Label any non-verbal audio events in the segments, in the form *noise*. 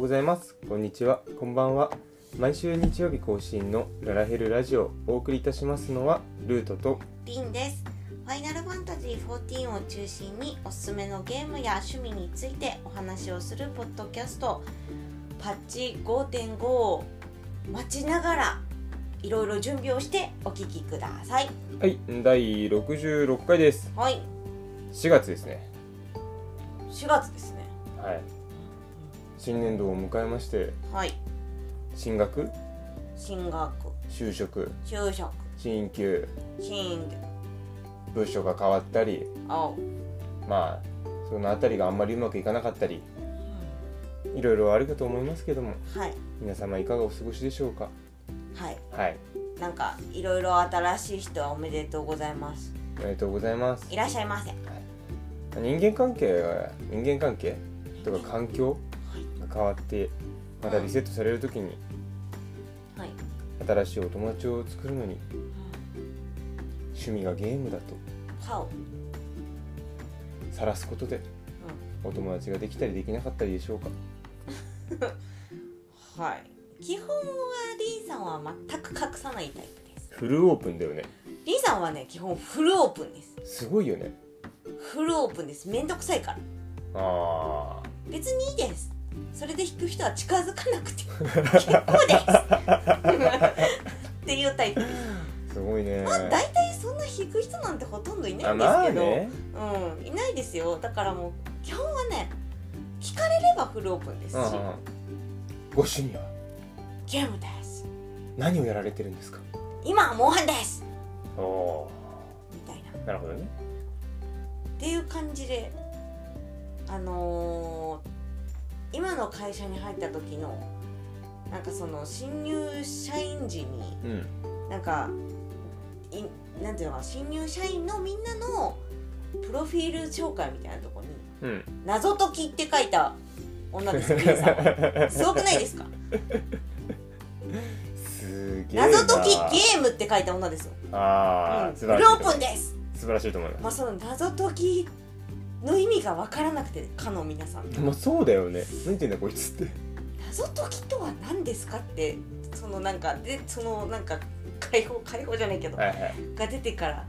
ございますこんにちはこんばんは毎週日曜日更新のララヘルラジオお送りいたしますのはルートとリンです。ファイナルファンタジー14を中心におすすめのゲームや趣味についてお話をするポッドキャストパッチ5.5を待ちながらいろいろ準備をしてお聞きください。はい第66回ですはい、 4月ですね4月ですね。はい新年度を迎えましてはい、進学進学、就職就職、進級進学、部署が変わったり青、まあそのあたりがあんまりうまくいかなかったりいろいろあるかと思いますけどもはい、皆様いかがお過ごしでしょうかはい。はいなんかいろいろ新しい人はおめでとうございます。おめでとうございますいらっしゃいませ。はい。人間関係は人間関係とか環境が変わってまたリセットされる時にはい。新しいお友達を作るのに趣味がゲームだと顔。さらすことでお友達ができたりできなかったりでしょうかはい。基本はリンさんは全く隠さないタイプです。フルオープンだよねリンさんはね、基本フルオープンです。すごいよねフルオープンです。めんどくさいから。あ別にいいです。それで引く人は近づかなくて結構です。っていうタイプです。ーすごいねまあ大体そんな引く人なんてほとんどいないんですまあけど、ねうん、いないですよ。だからもう基本はね、聞かれればフルオープンですし、うんうんご趣味はゲームです。何をやられてるんですか今はモンハンですおおみたいな。ーなるほどねっていう感じであのー今の会社に入った時のなんかその新入社員時にうんなんかいなんていうのかな新入社員のみんなのプロフィール紹介みたいなとこにうん「謎解き」って書いた女ですよリン *laughs* さんはすごくないですかすげえな謎解きゲームって書いた女ですよ、あうあん、素フ晴らしいルと思オいますープンです素晴らしいと思いますまあその謎解きの意味が分からなくてかの皆さんまあそうだよね何言ってんだこいつって謎解きとは何ですかってそのなんかでそのなんか解放解放じゃないけど、はいはいが出てから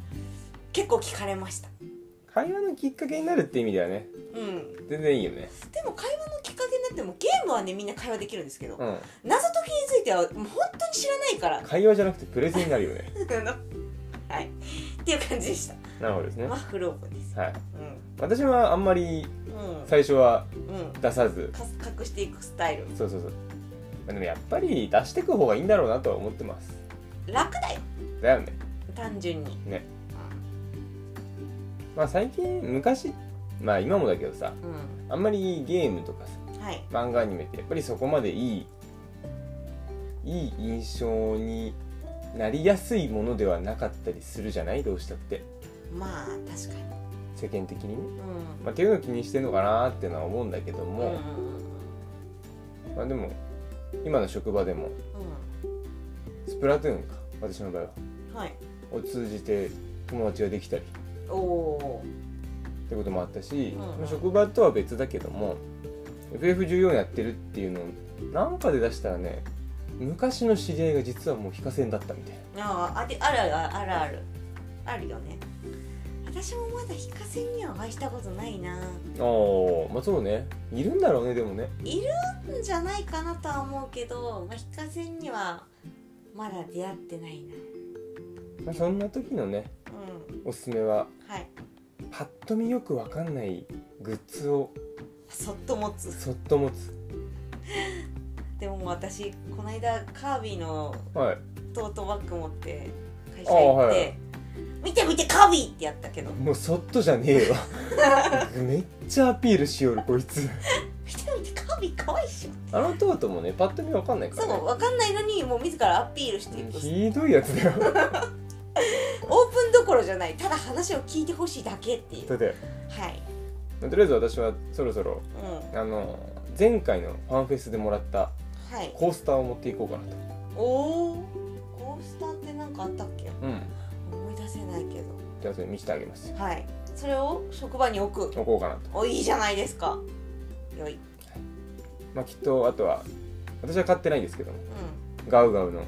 結構聞かれました会話のきっかけになるって意味ではねうん全然いいよねでも会話のきっかけになってもゲームはねみんな会話できるんですけど、うん謎解きについてはもう本当に知らないから *laughs* 会話じゃなくてプレゼンになるよねあのはいっていう感じでしたなるほどですねまはあいフルオープンですうん私はあんまりうん最初はうん出さずか隠していくスタイルそうそうそうまあでもやっぱり出してく方がいいんだろうなとは思ってます楽だよだよね単純にねまあ最近昔まあ今もだけどさうんあんまりゲームとかさはい漫画アニメってやっぱりそこまでいいいい印象になりやすいものではなかったりするじゃないどうしたってまあ確かに世間的にね、うんまあ、っていうのを気にしてんのかなっていうのは思うんだけどうんも、うんうんまあ、でも今の職場でもスプラトゥーンか私の場合はうんはいを通じて友達ができたりっおおてこともあったし、うんうんまあ職場とは別だけども FF14 やってるっていうのをなんかで出したらね昔の知り合いが実はもう非課せんだったみたいな。あああであるあるあるあるあるよね私もまだ非課せにはお会いしたことないなああまあそうねいるんだろうねでもねんじゃないかなとは思うけど、まあ、非課せにはまだ出会ってないなまあそんな時のねうんおすすめははいパッと見よくわかんないグッズをそっと持つそっと持つでももう私この間カービィのはいトートバッグ持って会社あ行っはいて、見て見てカービィってやったけど *laughs* もうそっとじゃねえよ *laughs* めっちゃアピールしよるこいつ見て見てカービィ可愛いっしょあのトートもねパッと見わかんないかそら、ねう、分かんないのにもう自らアピールしていくひどいやつだよ *laughs* オープンどころじゃないただ話を聞いてほしいだけっていうだってはいまあとりあえず私はそろそろうんあの前回のファンフェスでもらったはいコースターを持っていこうかなとおおコースターって何かあったっけうん思い出せないけどじゃあそれ見せてあげますはいそれを職場に置く置こうかなとおいいじゃないですかよいまあきっとあとは私は買ってないんですけどもうガウガウの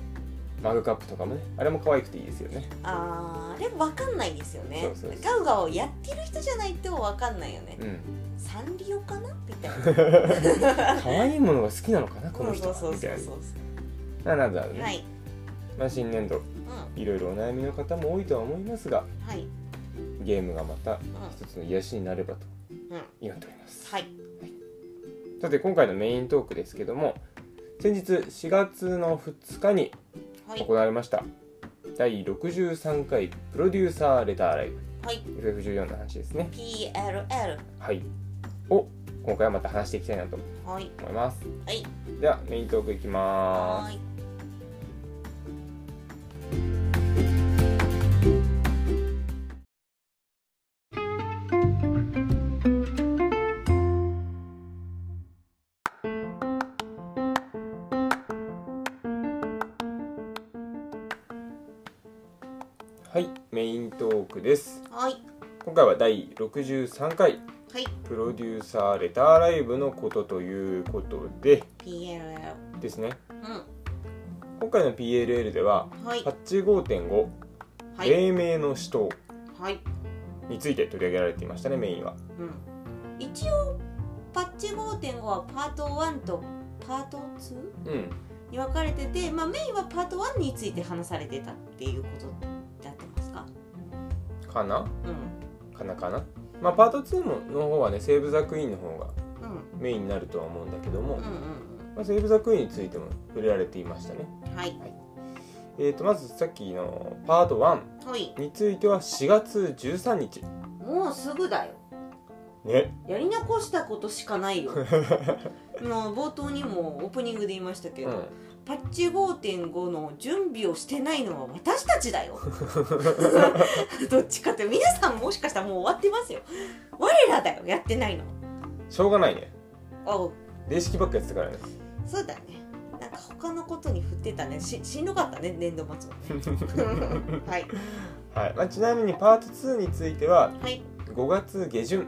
マグカップとかもねあれも可愛くていいですよねん、あーあれ分かんないですよねそうそうそうガウガウをやってる人じゃないと分かんないよね、うんサンリオかなみたいな可愛いものが好きなのかな *laughs* この人はそうみそうたいそうななのであるね、はい、まあ、新年度うん、いろいろお悩みの方も多いとは思いますがはい、ゲームがまたう一つの癒しになればとん、うん、祈っておりますはい、さて今回のメイントークですけども先日4月の2日にはい行、われました第63回プロデューサーレターライはい、ブ FF14 の話ですね PLL、はいを今回はまた話していきたいなとはい、思いますはい、ではメイントークいきまはーーい、すはいメイントークですはい、今回は第63回はい、プロデューサーレターライブのことということで PLL、ですねう今回の PLL ではん、はいパ、ッチ5.5はい、黎明の死闘はい、について取り上げられていましたねメインはうん。一応パッチ5.5はパート1とパート 2? うんに分かれてて、まあ、メインはパート1について話されてたっていうことだってますかかなうんかなかなまあパート2もの方はねセーブ・ザ・クイーンの方がうんメインになるとは思うんだけども、うんまあ、セーブ・ザ・クイーンについても触れられていましたねうんうんはいえー、とまずさっきのパート1はいについては4月13日もうすぐだよねやり残したことしかない *laughs* よもう冒頭にもオープニングで言いましたけうど、んパッチ5.5の準備をしてないのは私たちだよどっちかって皆さんもしかしたらもう終わってますよ我らだよやってないのしょうがないねあ霊式ばっかやってたからねそうだねなんか他のことに振ってたねししんどかったね年度末ははいはい、まあ、ちなみにパート2についてははい5月下旬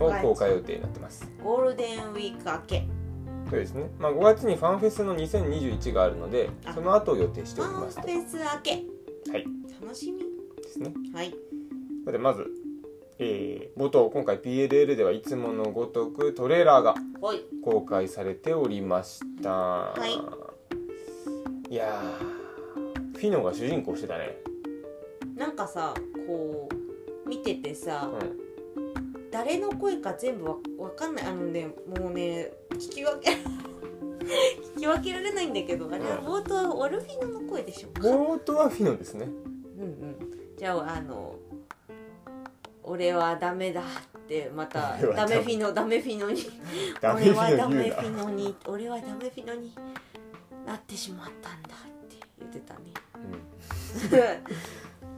を公開予定になってますゴールデンウィーク明けそうですね、まあ、5月にファンフェスの2021があるのであその後を予定してフおりァンますフとェス明けはい楽しみですねはいさてまず、えー冒頭今回 PLL ではいつものごとくトレーラーがおい公開されておりましたはいやーフィノが主人公してたねなんかさこう見ててさ、う誰の声か全部わわかんないあのねもうね聞き分け *laughs* 聞き分けられないんだけどあれは冒頭はオルフィノの声でしょうんか、冒頭はフィノです *laughs* ねうんうん、じゃああの「俺はダメだ」ってまた俺はダダメメフィノダメフィノに「ダメフ俺はィダノ言メうフなィノに俺はダメフィノになってしまったんだ」って言ってた *laughs* ね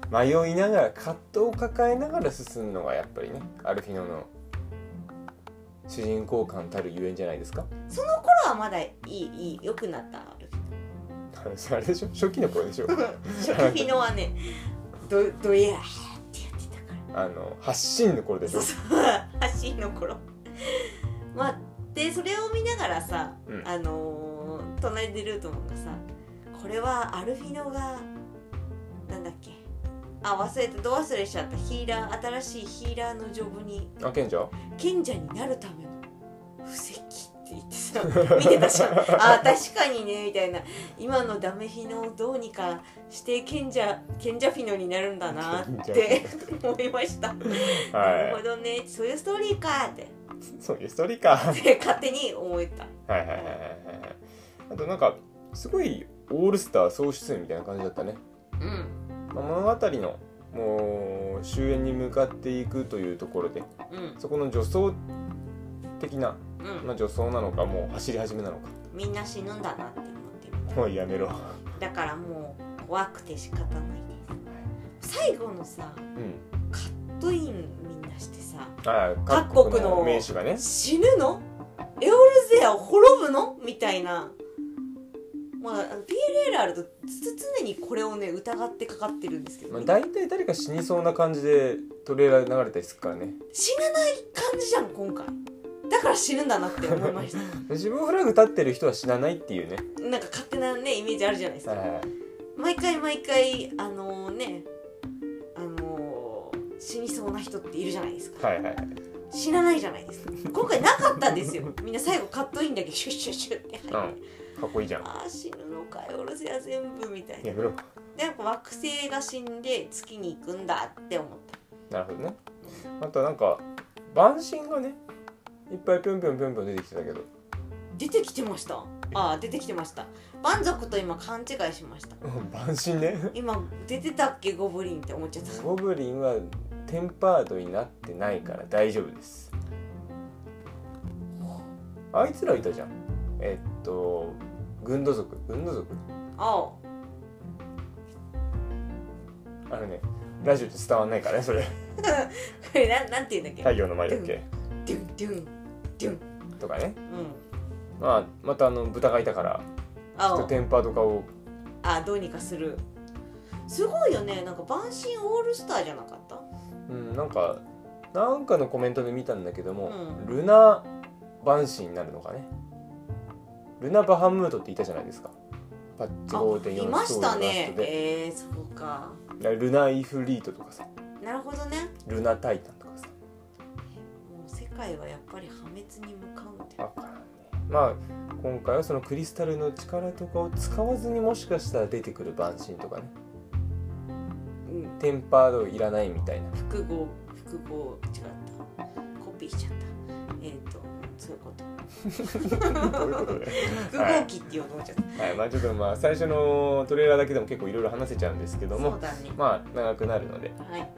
うん迷いながら葛藤を抱えながら進むのがやっぱりねアルフィノの主人公感たるゆえんじゃないですかその頃はまだいいいい良くなっ *laughs* たアルフィノあれでしょ初期の頃でしょ初期フィノはねどどやーってやってたからあの発信の頃でしそょうそう発信の頃まあでそれを見ながらさ、うんあのー隣でルートマンがさこれはアルフィノがなんだっけあ忘れたど忘れしちゃったヒーラー新しいヒーラーのジョブにあ賢者賢者になるための布石って言ってさ見てたじゃんあ確かにねみたいな今のダメフィノをどうにかして賢者賢者フィノになるんだなっ賢て思いましたなるはほどねそういうストーリーかっていそういうストーリーかはいで勝手に思ったはいはいはいはいはいあとなんかすごいオールスター総出演みたいな感じだったねうんまあ物語のもう終焉に向かっていくというところでうんそこの助走的な、うんまあ、助走なのかもう走り始めなのかみんな死ぬんだなって思ってもうやめろだからもう怖くて仕方ないです最後のさうんカットインみんなしてさああ各国の名手がね死ぬのエオルゼアを滅ぶのみたいなまあ PLL あるとつ常にこれをね疑ってかかってるんですけど、まあ、大体誰か死にそうな感じでトレーラー流れたりするからね死なない感じじゃん今回だだから死ぬんだなって思いました自分フラグ立ってる人は死なないっていうねなんか勝手なねイメージあるじゃないですか、はいはい毎回毎回あのねあの死にそうな人っているじゃないですかはいはいはい死なないじゃないですか今回なかったんで *laughs* すよみんな最後カットインだけシュッシュッシュッって入って、かっこいいじゃんああ死ぬのかよろせや全部みたいなやめろでやっぱ惑星が死んで月に行くんだって思ったなるほどねあとなんか晩神がねいっぱいぴょんぴょんぴょんぴょん出てきてたけど出てきてましたああ出てきてました蛮族と今勘違いしましたうん晩神ね今出てたっけゴブリンって思っちゃったゴブリンはテンパードになってないから大丈夫ですあいつらいたじゃんえっと軍土族軍土族ああのねラジオで伝わんないからねそれあこれなんなんて言うんだっ太け陽の前だっけドゥンドゥンドゥンとかねうんまあまたあの豚がいたからちょっとあテンパード化をああどうにかするすごいよねなんか晩神オールスターじゃなかったうんなんかなんかのコメントで見たんだけども、うんルナ・バンシーになるのかねルナ・バハムートっていたじゃないですかパッチあい5.4ましたストーリーのラスねトでえー、そうかルナ・イフリートとかさなるほどねルナ・タイタンとかさもう世界はやっぱり破滅に向かうんだわよからんねまあ今回はそのクリスタルの力とかを使わずにもしかしたら出てくるバンシーとかねうんテンパードいらないみた *laughs* いな複合複合違ったコピーしちゃったえっ、ー、とそういうことどういうことで、複合機って言おうと思っちゃった、はい、まあちょっとまあ最初のトレーラーだけでも結構いろいろ話せちゃうんですけどそもうだねまあ長くなるのではい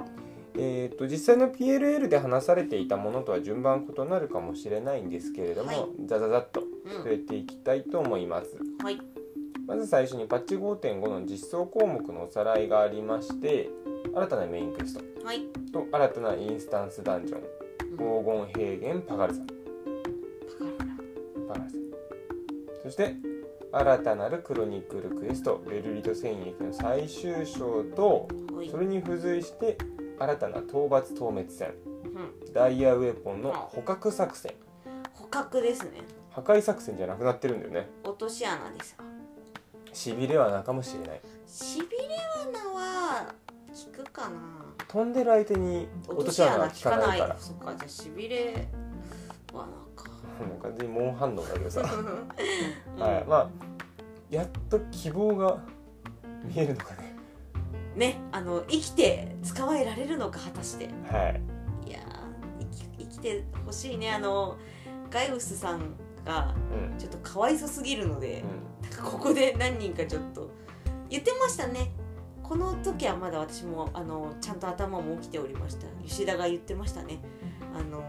えー、と実際の PLL で話されていたものとは順番異なるかもしれないんですけれども、はいザザザッと触うれていきたいと思いますんはいまず最初にパッチ5.5の実装項目のおさらいがありまして新たなメインクエスはい、トと新たなインスタンスダンジョンうん、パ黄金平原パガルさんパカラガルさんそして新たなるクロニクルクエストベルリト戦役の最終章とはいそれに付随して新たな討伐討滅戦うん、ダイヤウェポンの捕獲作戦捕獲ですね破壊作戦じゃなくなってるんだよね落とし穴ですわしびれはなかもしれないしびれ罠は効くかな飛んでる相手に落とし穴は効かないからそっかじゃあしびれ罠かもう完全に猛反応だけどさ、う *laughs* んはい、まあやっと希望が見えるのかねねあの生きて使わられるのか果たしてはいいやー生き生きてほしいねあのガイウスさんがうんちょっとかわいそすぎるので、うなんかここで何人かちょっと言ってましたねこの時はまだ私もあのちゃんと頭も起きておりました吉田が言ってましたねあの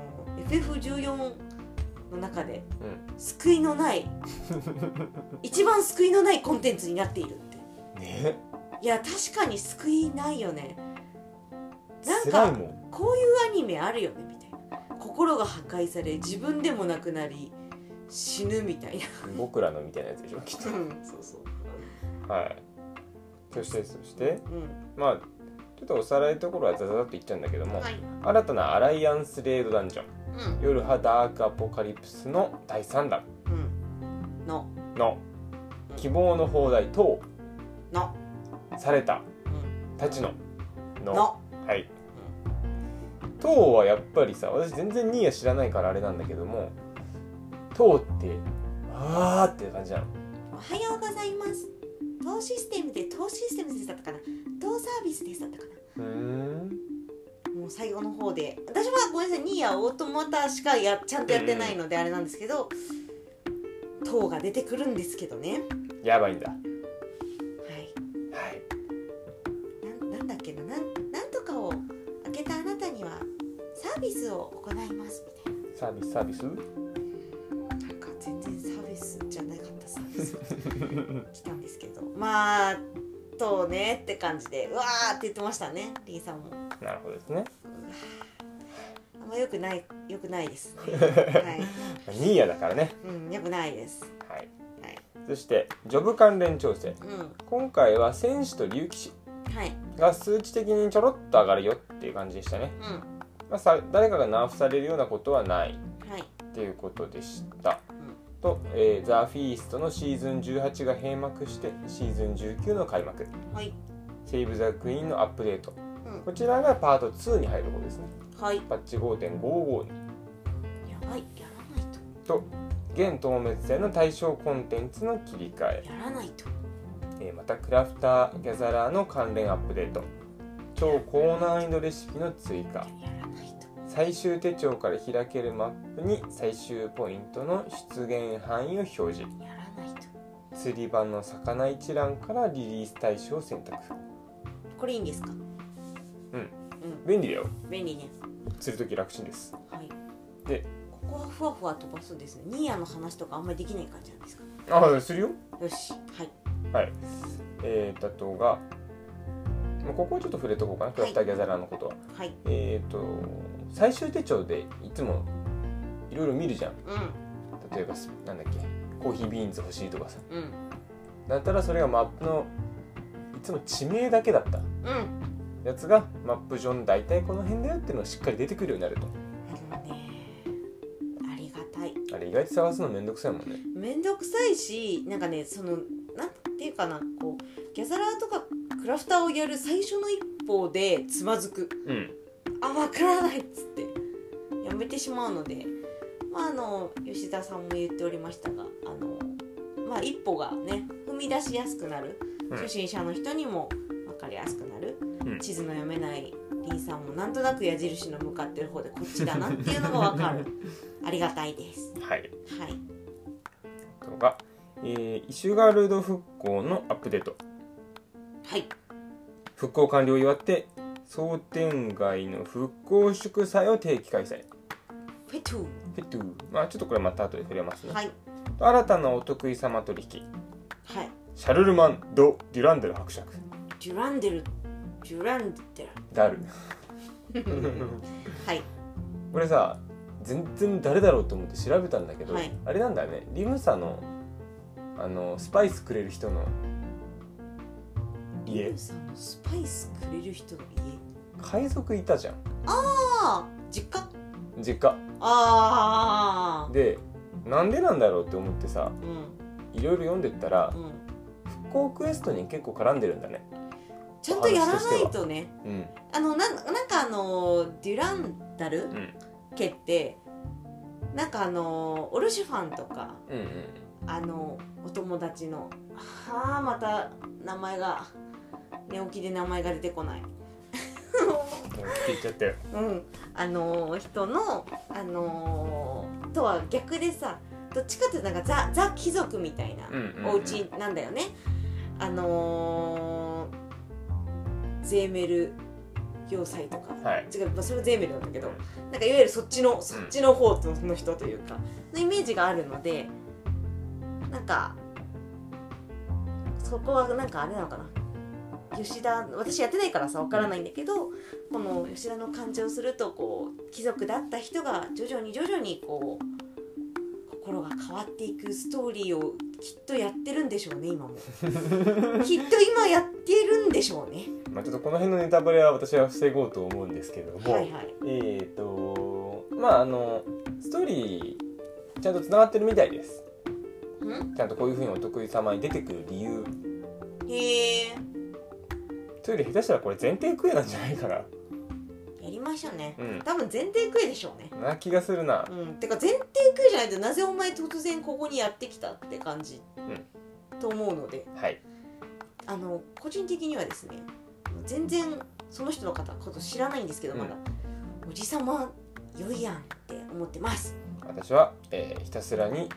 FF14 の中でう救いのない一番救いのないコンテンツになっているってんねいや確かに救いないよねなん辛いかもんこういうアニメあるよねみたいな心が破壊され自分でもなくなり死ぬみたいな僕らのみたいなやつでしょきっうんそうそうとはいそしてそしてうんまあちょっとおさらいのところはザザザっと言っちゃうんだけども、はい新たなアライアンスレードダンジョンう夜派ダークアポカリプスの第3弾んうんのの希望の放題とのされたうんたちのののはい唐はやっぱりさ私全然ニーヤ知らないからあれなんだけども唐ってあーって感じなのおはようございます当システムで当システムですだったかな当サービスですだったかなふーんもう最後の方で私はごめんなさいニーヤオートマタしかやちゃんとやってないのであれなんですけど塔が出てくるんですけどねやばいんだははいいなんなんだっけななんなんとかを開けたあなたにはサービスを行いますみサービスサービスたいななんか全然サービスじゃなかったサービスが来たんですけどまあとねって感じでうわーって言ってましたねリーさんもなるほどですねあんまよくないよくないです、はいニーヤだからねうん、よくないですはいはいそしてジョブ関連調整うん今回は選手と竜騎士はいが数値的にちょろっと上がるよっていう感じでしたね、うんまあ、さ誰かがナーフされるようなことはないはいっていうことでした。と、えーザ・フィーストのシーズン18が閉幕してシーズン19の開幕はいセーブ・ザ・クイーンのアップデートうんこちらがパート2に入る方ですねはいパッチ5.55にやばいやらないとと現透滅戦の対象コンテンツの切り替えやらないとえーまたクラフターギャザラーの関連アップデート超高難易度レシピの追加やらないと最終手帳から開けるマップに最終ポイントの出現範囲を表示やらないと釣り場の魚一覧からリリース対象を選択これいいんですかうんう便利だよん便利ね釣る時楽ちんですはいでここはふわふわ飛ばすんですねニーヤの話とかあんまりできない感じなんですかああするよよしはいはいえー、とあとがまあここはちょっと触れとこうかなクラフターギャザラーのことは、はいえっ、と最終手帳でいつもいろいろ見るじゃんう例えばすなんだっけコーヒービーンズ欲しいとかさんうんだったらそれがマップのいつも地名だけだったうんやつがマップ上の大体この辺だよっていうのがしっかり出てくるようになるとなるほどねありがたいあれ意外と探すのめんどくさいもんねめんどくさいしなんかねそのなんていうかなこうギャザラーとかクラフターをやる最初の一歩でつまずくうんあわからないっつってやめてしまうのでまああの吉田さんも言っておりましたがあのまあ一歩がね踏み出しやすくなる、うん初心者の人にも分かりやすくなる、うん地図の読めないリンさんもなんとなく矢印の向かってる方でこっちだなっていうのが分か *laughs* るありがたいですはいはいあとが、えーイシュガルド復興のアップデートはい復興完了を祝って商店街の復興祝祭を定期開催フェトゥペトゥーまあちょっとこれまた後で触れますね、はい新たなお得意様取引はいシャルルマン・ド・デュランデル伯爵デュランデルデュランデダルルはいこれさ全然誰だろうと思って調べたんだけど、はいあれなんだよねリムサのあのスパイスくれる人のリ家ムさんのスパイスくれる人の家海賊いたじゃんああ実家実家ああでなんでなんだろうって思ってさうんいろいろ読んでったらうん復興クエストに結構絡んでるんだねちゃんとやらないとねうんあのなんなんかあのデュランダルうん家ってなんかあのオルシファンとかうんうんあのお友達のはあまた名前が寝起きで名前が出てこない聞いちゃったようん、あのー人の、あのーとは逆でさどっちかっていうとなんかザザ貴族みたいなうんうんうんお家なんだよね。あのーゼーメル要塞とか、はい違う、まあ、それはゼーメルなんだけどなんかいわゆるそっちのそっちの方の人というか、のイメージがあるのでなんかそこはなんかあれなのかな吉田私やってないからさわからないんだけど、この吉田の感じをするとこう貴族だった人が徐々に徐々にこう心が変わっていくストーリーをきっとやってるんでしょう *laughs* ね今もきっと今やってるんでしょうねまあちょっとこの辺のネタバレは私は防ごうと思うんですけども、はいはいえーとまああのストーリーちゃんとつながってるみたいですんちゃんとこういうふうにお得意様に出てくる理由へえというより下手したらこれ前提クエなんじゃないかなやりましたねうん多分前提クエでしょうねな気がするなうん、てか前提クイじゃないとなぜお前突然ここにやってきたって感じ、と思うのではいあの個人的にはですね全然その人の方こと知らないんですけどうんまだ、おじさま良いやんって思ってます私は、えーひたすらに、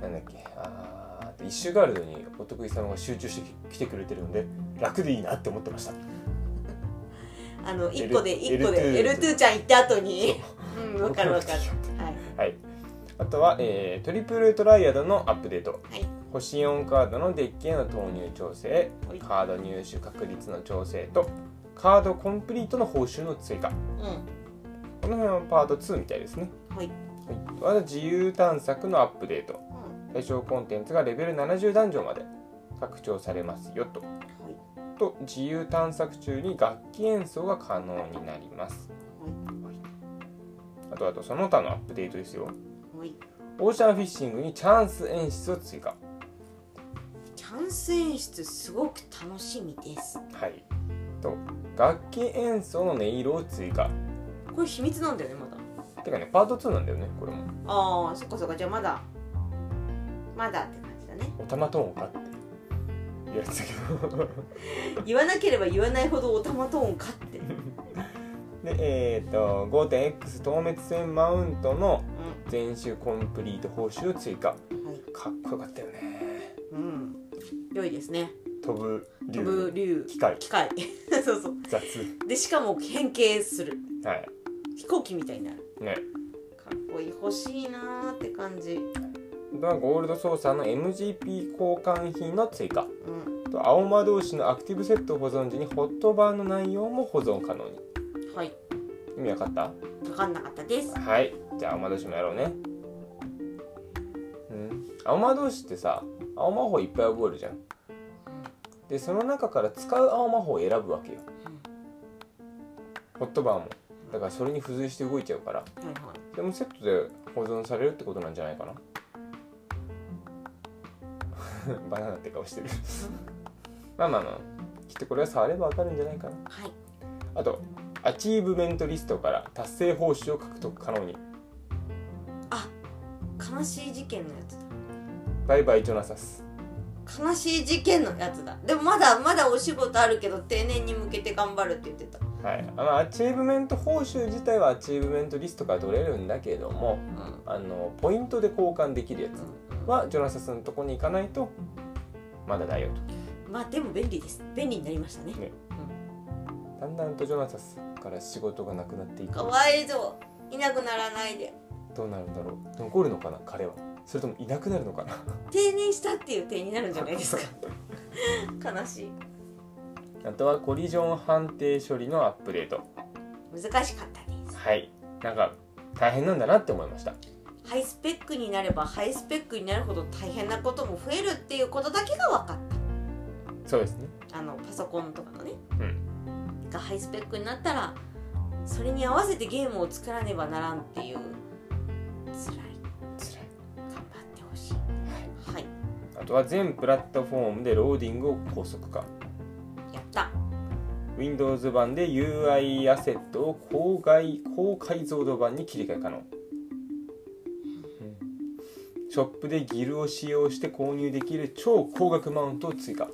なんだっけあーあとイッシュガールドにお得意様が集中してき来てくれてるので楽でいいなって思ってましたあの1個で L- 1個で L2 L2 ちゃん行った後にうんわかる *laughs* わかるはいはいあとは、えートリプルトライアドのアップデートはい星4カードのデッキへの投入調整はいカード入手確率の調整とカードコンプリートの報酬の追加うこの辺はパート2みたいですねんはい、はいまた自由探索のアップデートうん対象コンテンツがレベル70ダンジョンまで拡張されますよとはいと自由探索中に楽器演奏が可能になります、はああとあとその他のアップデートですよおいオーシャンフィッシングにチャンス演出を追加チャンス演出すごく楽しみですはいと楽器演奏の音色を追加これ秘密なんだよねまだてかねパート2なんだよねこれもああそっかそっかじゃあまだまだって感じだねおたまトーンかって言われてたけど *laughs* 言わなければ言わないほどおたまトーンかってうんでえっ、ー、と 5.X 透滅戦マウントの全周コンプリート報酬を追加はいかっこよかったよねうん良いですね飛ぶ飛ぶ竜竜機械機械 *laughs* そうそう雑でしかも変形するはい飛行機みたいになるねかっこいい欲しいなーって感じあとはゴールドソーサーの MGP 交換品の追加うんあと青魔同士のアクティブセットを保存時にホットバーの内容も保存可能にはい意味わかった分かんなかったですはいじゃあ青魔同士もやろうねうん青魔同士ってさ青魔法いっぱい覚えるじゃんでその中から使う青魔法を選ぶわけよホットバーもだからそれに付随して動いちゃうからはいはいでもセットで保存されるってことなんじゃないかな *laughs* バナナって顔してるまあまあまあきっとこれは触ればわかるんじゃないかなはいあとアチーブメントリストから達成報酬を獲得可能にあ悲しい事件のやつバイバイジョナサスだ悲しい事件のやつだでもまだまだお仕事あるけど定年に向けて頑張るって言ってたはい、あのアチーブメント報酬自体はアチーブメントリストから取れるんだけどもうんあのポイントで交換できるやうつんはジョナサスのとこに行かないとまだだよまあでも便利です便利になりましたねねとだんだんとジョナサスから仕事がなくなっていくかわいそういなくならないでどうなるんだろう残るのかな彼はそれともいなくなるのかな定年したっていう定になるんじゃないですか *laughs* 悲しい *laughs* あとはコリジョン判定処理のアップデート難しかったですはいなんか大変なんだなって思いましたハイスペックになればハイスペックになるほど大変なことも増えるっていうことだけが分かっそうですねたあのパソコンとかのね、うんがハイスペックになったらそれに合わせてゲームを作らねばならんっていう辛い辛い頑張ってほしいはいあとは全プラットフォームでローディングを高速化やった Windows 版で UI アセットを高外高解像度版に切り替え可能、うんショップでギルを使用して購入できる超高額マウントを追加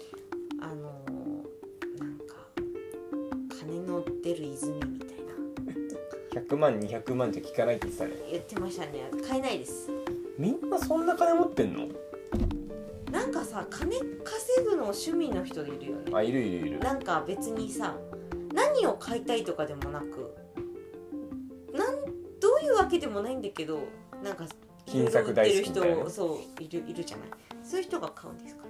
あのーなんか金の出る泉みたいな100万200万じゃ効かないって言ってたね言ってましたね買えないですみんなそんな金持ってんのなんかさ金稼ぐの趣味の人いるよねあいるいるいるなんか別にさ何を買いたいとかでもなくなんどういうわけでもないんだけどなんか金作大好きみたいな色々売ってる人そういるいるじゃないそういう人が買うんですかね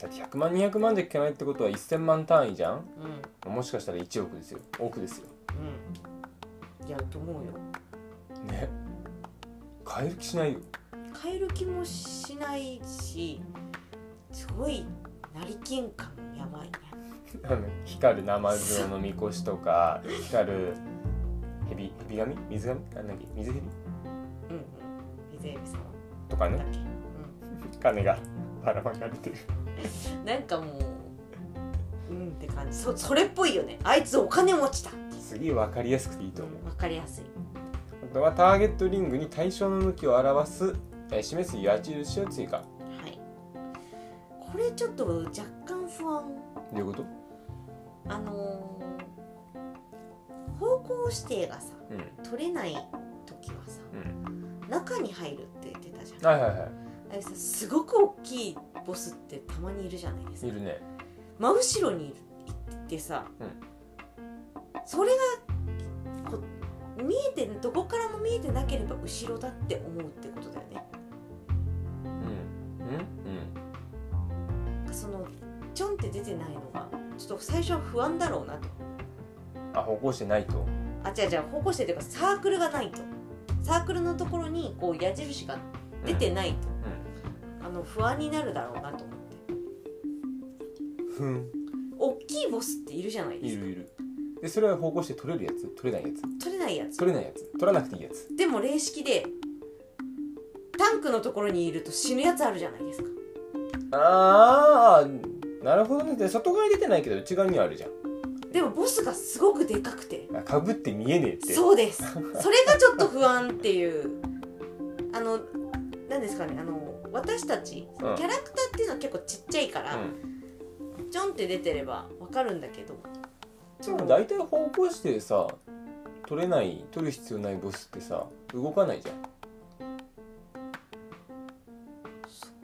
だって100万200万じゃ効かないってことは1000万単位じゃんうんうんもしかしたら1億ですよ億ですよいやと思うよね買える気しないよ買える気もしないしすごい成金感やばいねあの光るナマズのみこしとか光るヘビヘビ神水神あなんだっけ水ヘビうんうん水エビさんとかだねっけ、金がばらまかれてるうん、なんかもううんって感じそそれっぽいよねあいつお金持ちだすげえ分かりやすくていいと思うわかりやすいあとはターゲットリングに対象の向きを表すえー示す矢印を追加どはいこれちょっと若干不安ういうことあのー方向指定がさうん取れない時はさうん中に入るって言ってたじゃんはいはいはあれさすごく大きいボスってたまにいるじゃないですいいかるね真後ろにいるってさ、うんそれがこ見えてどこからも見えてなければ後ろだって思うってことだよねうんうんそのちょんって出てないのがちょっと最初は不安だろうなとうんあ方向してないとあ違う違う方向性というかサークルがないとサークルのところにこう矢印が出てないと、あの不安になるだろうなと思ってふん大きいボスっているじゃないでいすかるいるでそれは方向して取れるやつ取れないやつ取れないやつ取れないやつ取らなくていいやつでも霊式でタンクのところにいると死ぬやつあるじゃないですかああなるほどねで外側に出てないけど内側にはあるじゃんでもボスがすごくでかくてあかぶって見えねえってそうですそれがちょっと不安っていうあの何ですかねあの私たちキャラクターっていうのは結構ちっちゃいから、ん、ちょんって出てればわかるんだけどでも大体方向してさ取れない取る必要ないボスってさ動かないじゃん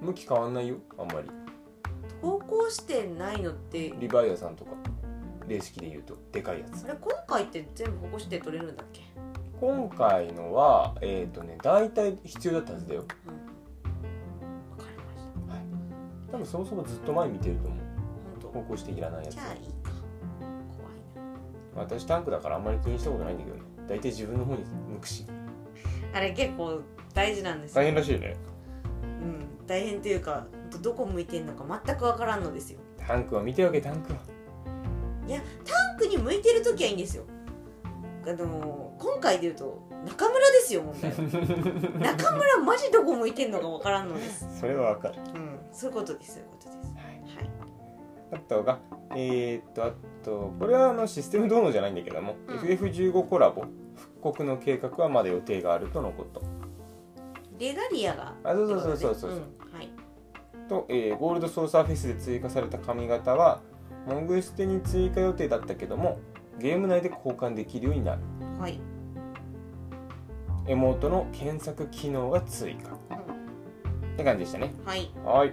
向き変わんないよあんまり投稿してないのってリバイアさんとか霊式で言うとでかいやつあれ今回って全部起こして取れるんだっけ、今回のはえっ、ー、とね大体必要だったはずだようん、わかりました多分そもそもずっと前見てると思う本方向していらないや当つじゃあいいか怖い私タンクだからあんまり気にしたことないんだけどね大体自分の方に向くしなあれ結構大事なんですよ大変らしいねうん、大変というかほんとどこ向いてんのか全くわからんのですよタンクは見ておけタンクはいやタンクに向いてる時はいいんですよあのー今回で言うと中村ですよ問題は *laughs* 中村マジどこ向いてんのかわからんのです、それはわかるうん、そういうことですそういうことですはいあとがえー、っとあとこれはあのシステムどうのじゃないんだけども、うん FF15 コラボ復刻の計画はまだ予定があるとのことレガリアがあそうそうそうそうそうってことねんはいと、えーゴールドソーサーフェスで追加された髪型はモグステに追加予定だったけどもゲーム内で交換できるようになるはい、エモートの検索機能が追加って感じでしたねはいはい、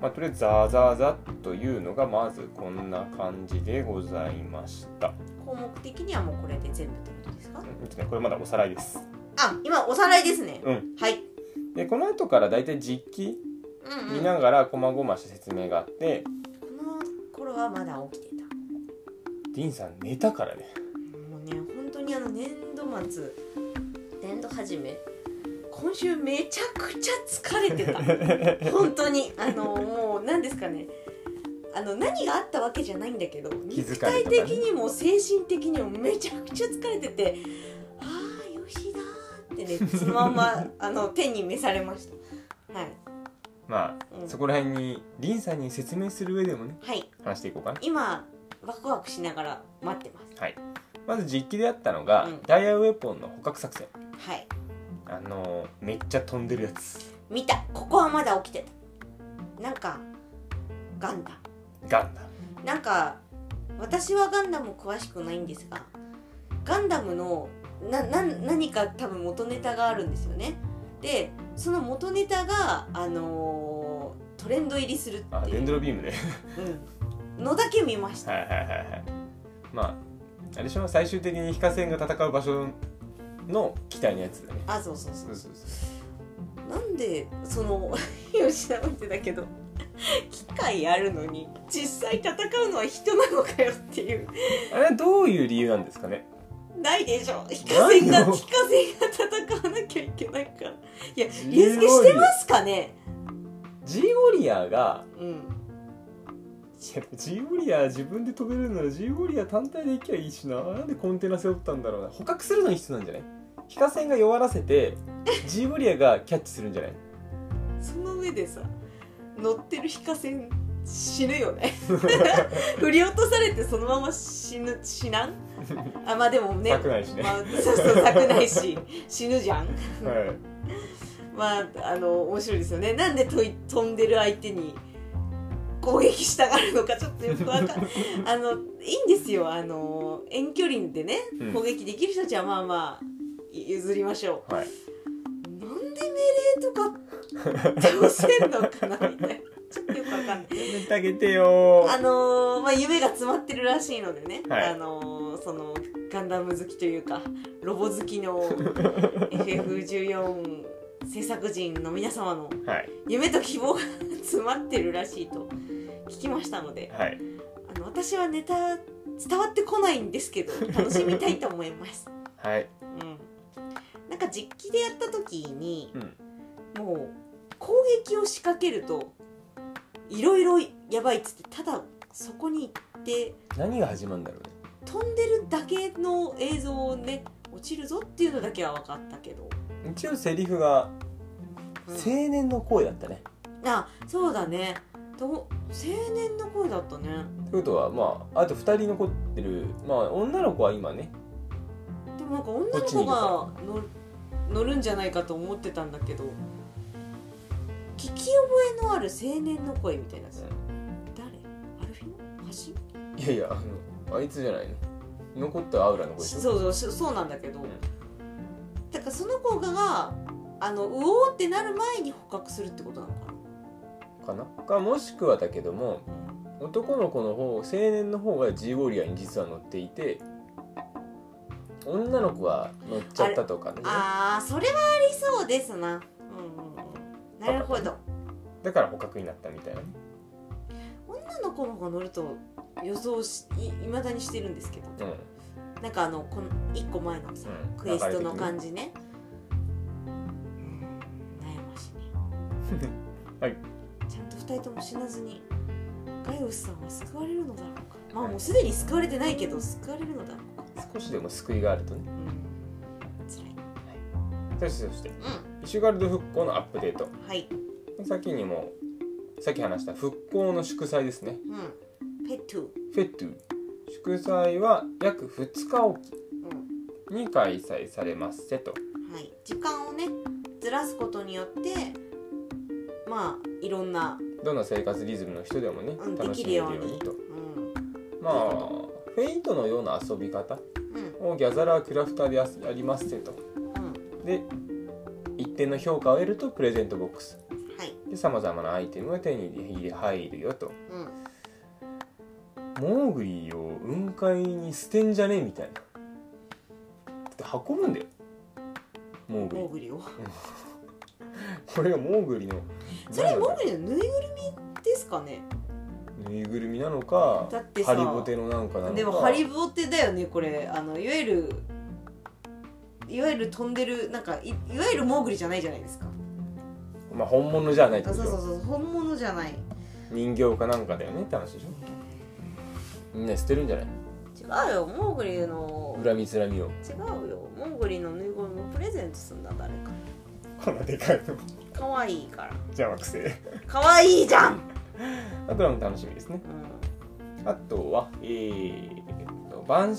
まあ、とりあえずザーザーザーというのがまずこんな感じでございました項目的にはもうこれで全部ってことですかうんちょっとねこれまだおさらいですあ今おさらいですね、うんはいでこの後からだいたい実機うん見こながら細々した説明があって、の頃はまだ起きてたディンさん寝たからねもうね本当にあの年度末年度始め今週めちゃくちゃ疲 *laughs* れてた本当にあのもう何ですかねあの何があったわけじゃないんだけど気づ肉かれ体たからね的にも精神的にもめちゃくちゃ疲れててああよしだーってねそのま *laughs* んまあの天に召されましたはい、まあ、うんそこら辺にディンさんに説明する上でもねはい、話していこうかな今ワクワクしながら待ってまはいまず実機であったのが、うんダイヤウェポンの捕獲作戦すはいあのーめっちゃ飛んでるやつ見たここはまだ起きてたなんかガンダムガンダムなんか私はガンダム詳しくないんですがガンダムのなな何か多分元ネタがあるんですよねでその元ネタが、あのートレンド入りするあっていデうンドロビームでうんのだけ見ましたはいはいはいはいまああれでしょ最終的にヒカセンが戦う場所の機体のやつだねあそうそうそそううそうそうなんでその *laughs* 吉田ってだけど機械あるのに実際戦うのは人なのかよっていうあれはどういう理由なんですかねないでしょヒカセンながいよヒカセンが戦わなきゃいけないからいや自由リュウスケしてますかねジーゴリアーがうんいやジーゴリアー自分で飛べるならジーゴリアー単体で行きゃいいしななんでコンテナ背負ったんだろうな捕獲するのに必要なんじゃないヒカセンが弱らせてジーゴリアーがキャッチするんじゃないその上でさ乗ってるヒカセン死ぬよ *laughs* ね振り落とされてそのまま死ぬ死なんあまあでもねなくないしね、まあ、そうそう策ないし死ぬじゃんはいまああの面白いですよねなんでとい飛んでる相手に攻撃したがるのかちょっとよくわかんあのいいんですよあの遠距離でねうん攻撃できる人たちはまあまあい譲りましょはい、うなんで命令とか倒せんのかなみたいなちょっとよくわかんなやいめてあげてよあのまあ夢が詰まってるらしいのでね、はいあのそのガンダム好きというかロボ好きの FF14 制作人の皆様のーはい夢と希望が詰まってるらしいと聞きましたのではいあの私はネタ伝わってこないんですけど楽しみたいと思います、はい *laughs* うん、なんか実機でやった時にうんもう攻撃を仕掛けるといろいろやばいっつってただそこに行って何が始まるんだろうね飛んでるだけの映像をね落ちるぞっていうのだけは分かったけど、一応セリフがう青ん年の声だったね、あそうだねと青年の声だったねということはまああと2人残ってるまあ女の子は今ねでもなんか女の子が乗乗るんじゃないかと思ってたんだけど聞き覚えのある青年の声みたいなやつ誰アルフィンマジいやいやあのあいつじゃないの残ったアウラの子でしょそうそうしそうなんだけどんだからその子があのうおーってなる前に捕獲するってことなのかなかなかもしくはだけども男の子の方青年の方がジーウォリアーに実は乗っていて女の子は乗っちゃったとかねあーそれはありそうですなうんうんうんなるほどだから捕獲になったみたいなね女の子の方が乗ると予想しいいまだにしてるんですけどうんなんかあのこの1個前のさ、うんクエストの感じね悩ましいね *laughs* はいちゃんと2人とも死なずにガイウスさんは救われるのだろうかまあもうすでに救われてないけど救われるのだろうか少しでも救いがあるとねうん辛そいしてそしてうイシュガルド復興のアップデートんはい先にもさっき話した復興の祝祭ですねうんペットゥフェトゥ祝祭は約2日おうきに開催されますせとんはい時間をねずらすことによってまあいろんな、どんな生活リズムの人でもねうん、で楽きしるめるよよううににとうんまあフェイトのような遊び方うんをギャザラークラフターでやすやりますせとうんで一定の評価を得るとプレゼントボックスはいでさまざまなアイテムが手に入るよとうんモーグリーを雲海に捨てんじゃねえみたいなだって運ぶんだよモーグリモーーグリをこれがモーグリのそれなんだモろーグリのぬいぐるみですかねうぬいぐるみなのかだってハさリボテのなんかなのかでもハリボテだよねこれあのいわゆるいわゆる飛んでるなんかいいわゆるモーグリじゃないじゃないですかまあ本物じゃないってあことそうそうそう本物じゃない人形かなんかだよねって話でしょみんな捨てるんじゃない違うよモーグリの恨みつらみを違うよモーグリのぬいぐるみをプレゼントすんだ誰かこんなでかいの可愛いから邪魔くせえ可愛いじゃん、 *laughs* あとはもう楽しみですねうあとはえー、と版身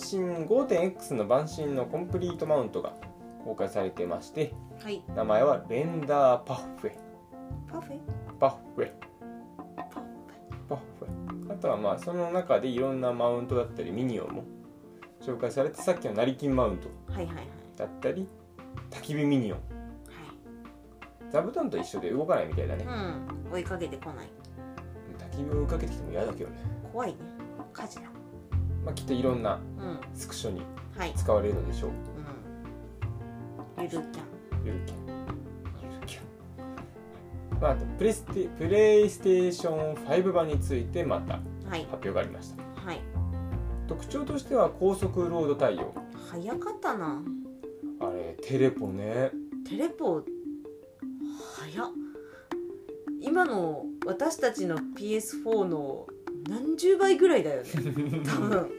5.x の版身のコンプリートマウントが公開されてましてん、はい名前はレンダーパフェパフェパフェパフパフェあとはまあその中でいろんなマウントだったりミニオンも紹介されてさっきの成金マウントェはいはいはいはいだったり焚き火ミニオン座布団と一緒で動かないみたいだねうん追いかけてこない焚き火を追いかけてきても嫌だけどね怖いね火事だまあきっといろんなうんスクショにはい使われるのでしょううんゆるキャンゆるキャンゆるキャンまああとプレステプレイステーション5版についてまた発はい表がありましたはい特徴としては高速ロード対応早かったなあれテレポねテレポ早っ今の私たちの PS4 の何十倍ぐらいだよね多分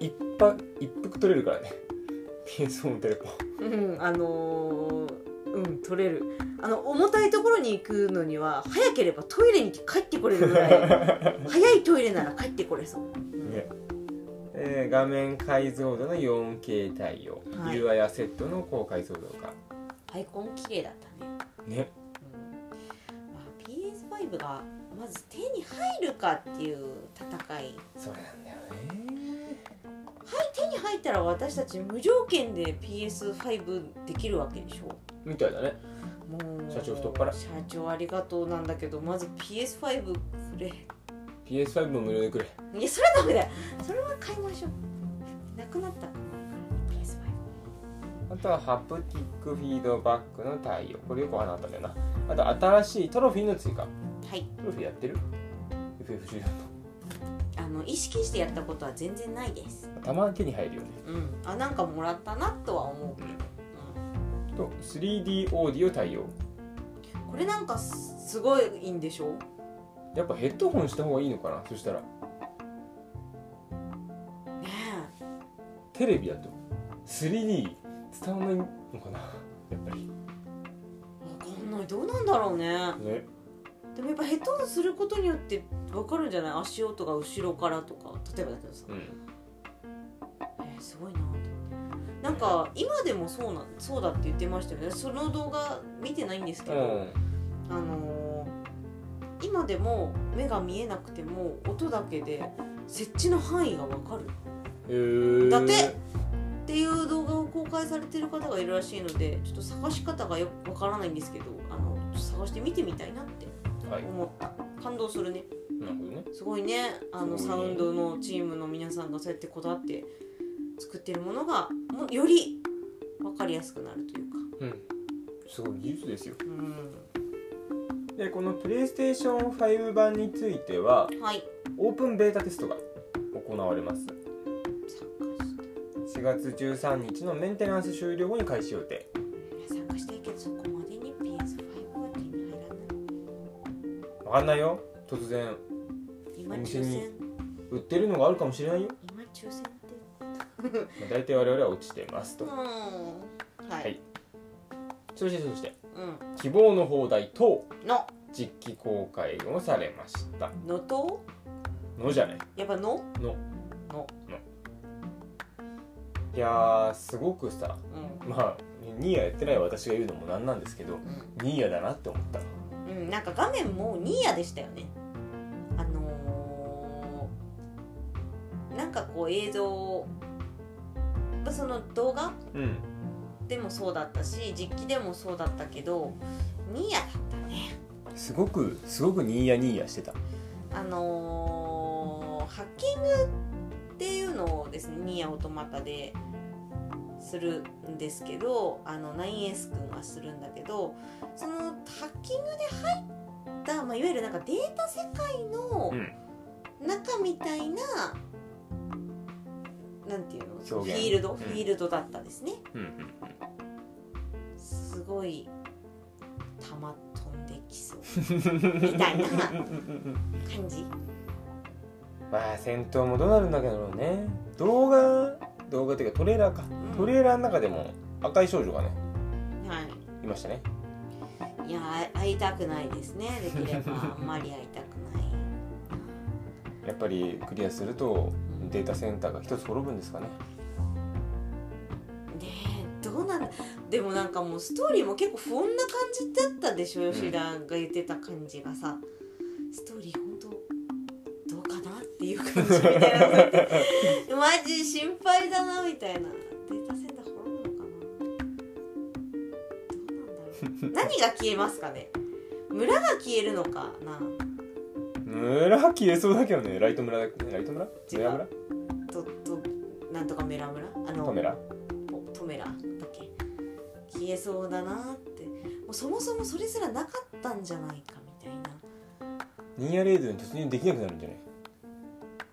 一泊一服取れるからね *laughs* PS4 のテレポうんあのーうん取れるあの重たいところに行くのには早ければトイレに帰ってこれるぐらい早いトイレなら帰ってこれそう、うんねえー画面解像度の 4K 対応、はい UI やセットの高解像度がアイコン綺麗だったねねまあ PS5 がまず手に入るかっていう戦いそれなんだよね手に入ったら私たち無条件で PS5 できるわけでしょみたいだねもう社長太っ腹社長ありがとうなんだけどまず PS5 くれ PS5 も無料でくれいやそれはダメだよそれは買いましょうなくなったから PS5 あとはハプティックフィードバックの対応これよく話ったんだよなあと新しいトロフィーの追加はいトロフィーやってる ?FFC だあの意識してやったことは全然ないですとたまに手に入るよねうんあなんかもらったなとは思うけど、と 3D オーディオ対応うん、これなんかすすごいいいんでしょやっぱヘッドホンした方がいいのかなそしたらテレビだと 3D 伝わんないのかなやっぱりわかんないどうなんだろうねねでもやっぱヘッドホンすることによってわかるんじゃない足音が後ろからとか例えばだけどさ、うんえーすごいなと思ってなんか今でもそうなそうだって言ってましたよねその動画見てないんですけうど、んあのー今でも目が見えなくても音だけで設置の範囲がわかるえーだってっていう動画を公開されてる方がいるらしいのでちょっと探し方がよくわからないんですけどあの探して見てみたいなってはい思った感動するねなるほどねすごいねあのすサごいねウンドのチームの皆さんがそうやってこだわって作ってるものがもより分かりやすくなるというかうんすごい技術ですようんでこのプレイステーション5版についてははいオープンベータテストが行われます参加して4月13日のメンテナンス終了後に開始予定参加したいけどそこまでに PS5 は手に入らないわかんないよ突然今お抽店選に売ってるのがあるかもしれないよ、今抽選ってまあ、大体我々は落ちてますうとんはい、はいそしてそしてう希望の放題等んの実機公開をされましたのとのじゃないやっぱのののいやーすごくさうまあニーヤやってない私が言うのもなんなんですけどんニーヤだなって思ったうん、うん、なんか画面もニーヤでしたよねあのー、なんかこう映像をやっぱその動画うんでもそうだったし実機でもそうだったけどニーヤだったねすごくすごくニーヤニーヤしてたあのー、ハッキングっていうのをですねニーヤオートマタでするんですけどあの 9S 君はするんだけどそのハッキングで入った、まあ、いわゆるなんかデータ世界のうん中みたいな、なんていうのフ表現ィールドうんフィールドだったですね、うんすごい弾飛んできそううんみたいなな感じまあ戦闘もどうなるんだけどね動画動画っていうかトレーラーかんトレーラーの中でも赤い少女がねはいいましたねいやあ会いたくないですねできればあんまり会いたくないやっぱりクリアするとデータセンターが一つ滅ぶんですかねねえどうなんでもなんかもうストーリーも結構不穏な感じだったでしょ吉田が言ってた感じがさストーリー本当どうかなっていう感じみたい *laughs* なマジ心配だなみたいなデータセンター滅ぶのか *laughs* などうなんだろう何が消えますかね村が消えるのかな村消えそうだけどねライト村だライト村違うメラ村ととなんとかメラ村あのトメラおトメラだっけ消えそうだなってもうそもそもそれすらなかったんじゃないかみたいなニーヤレードに突入できなくなるんじゃない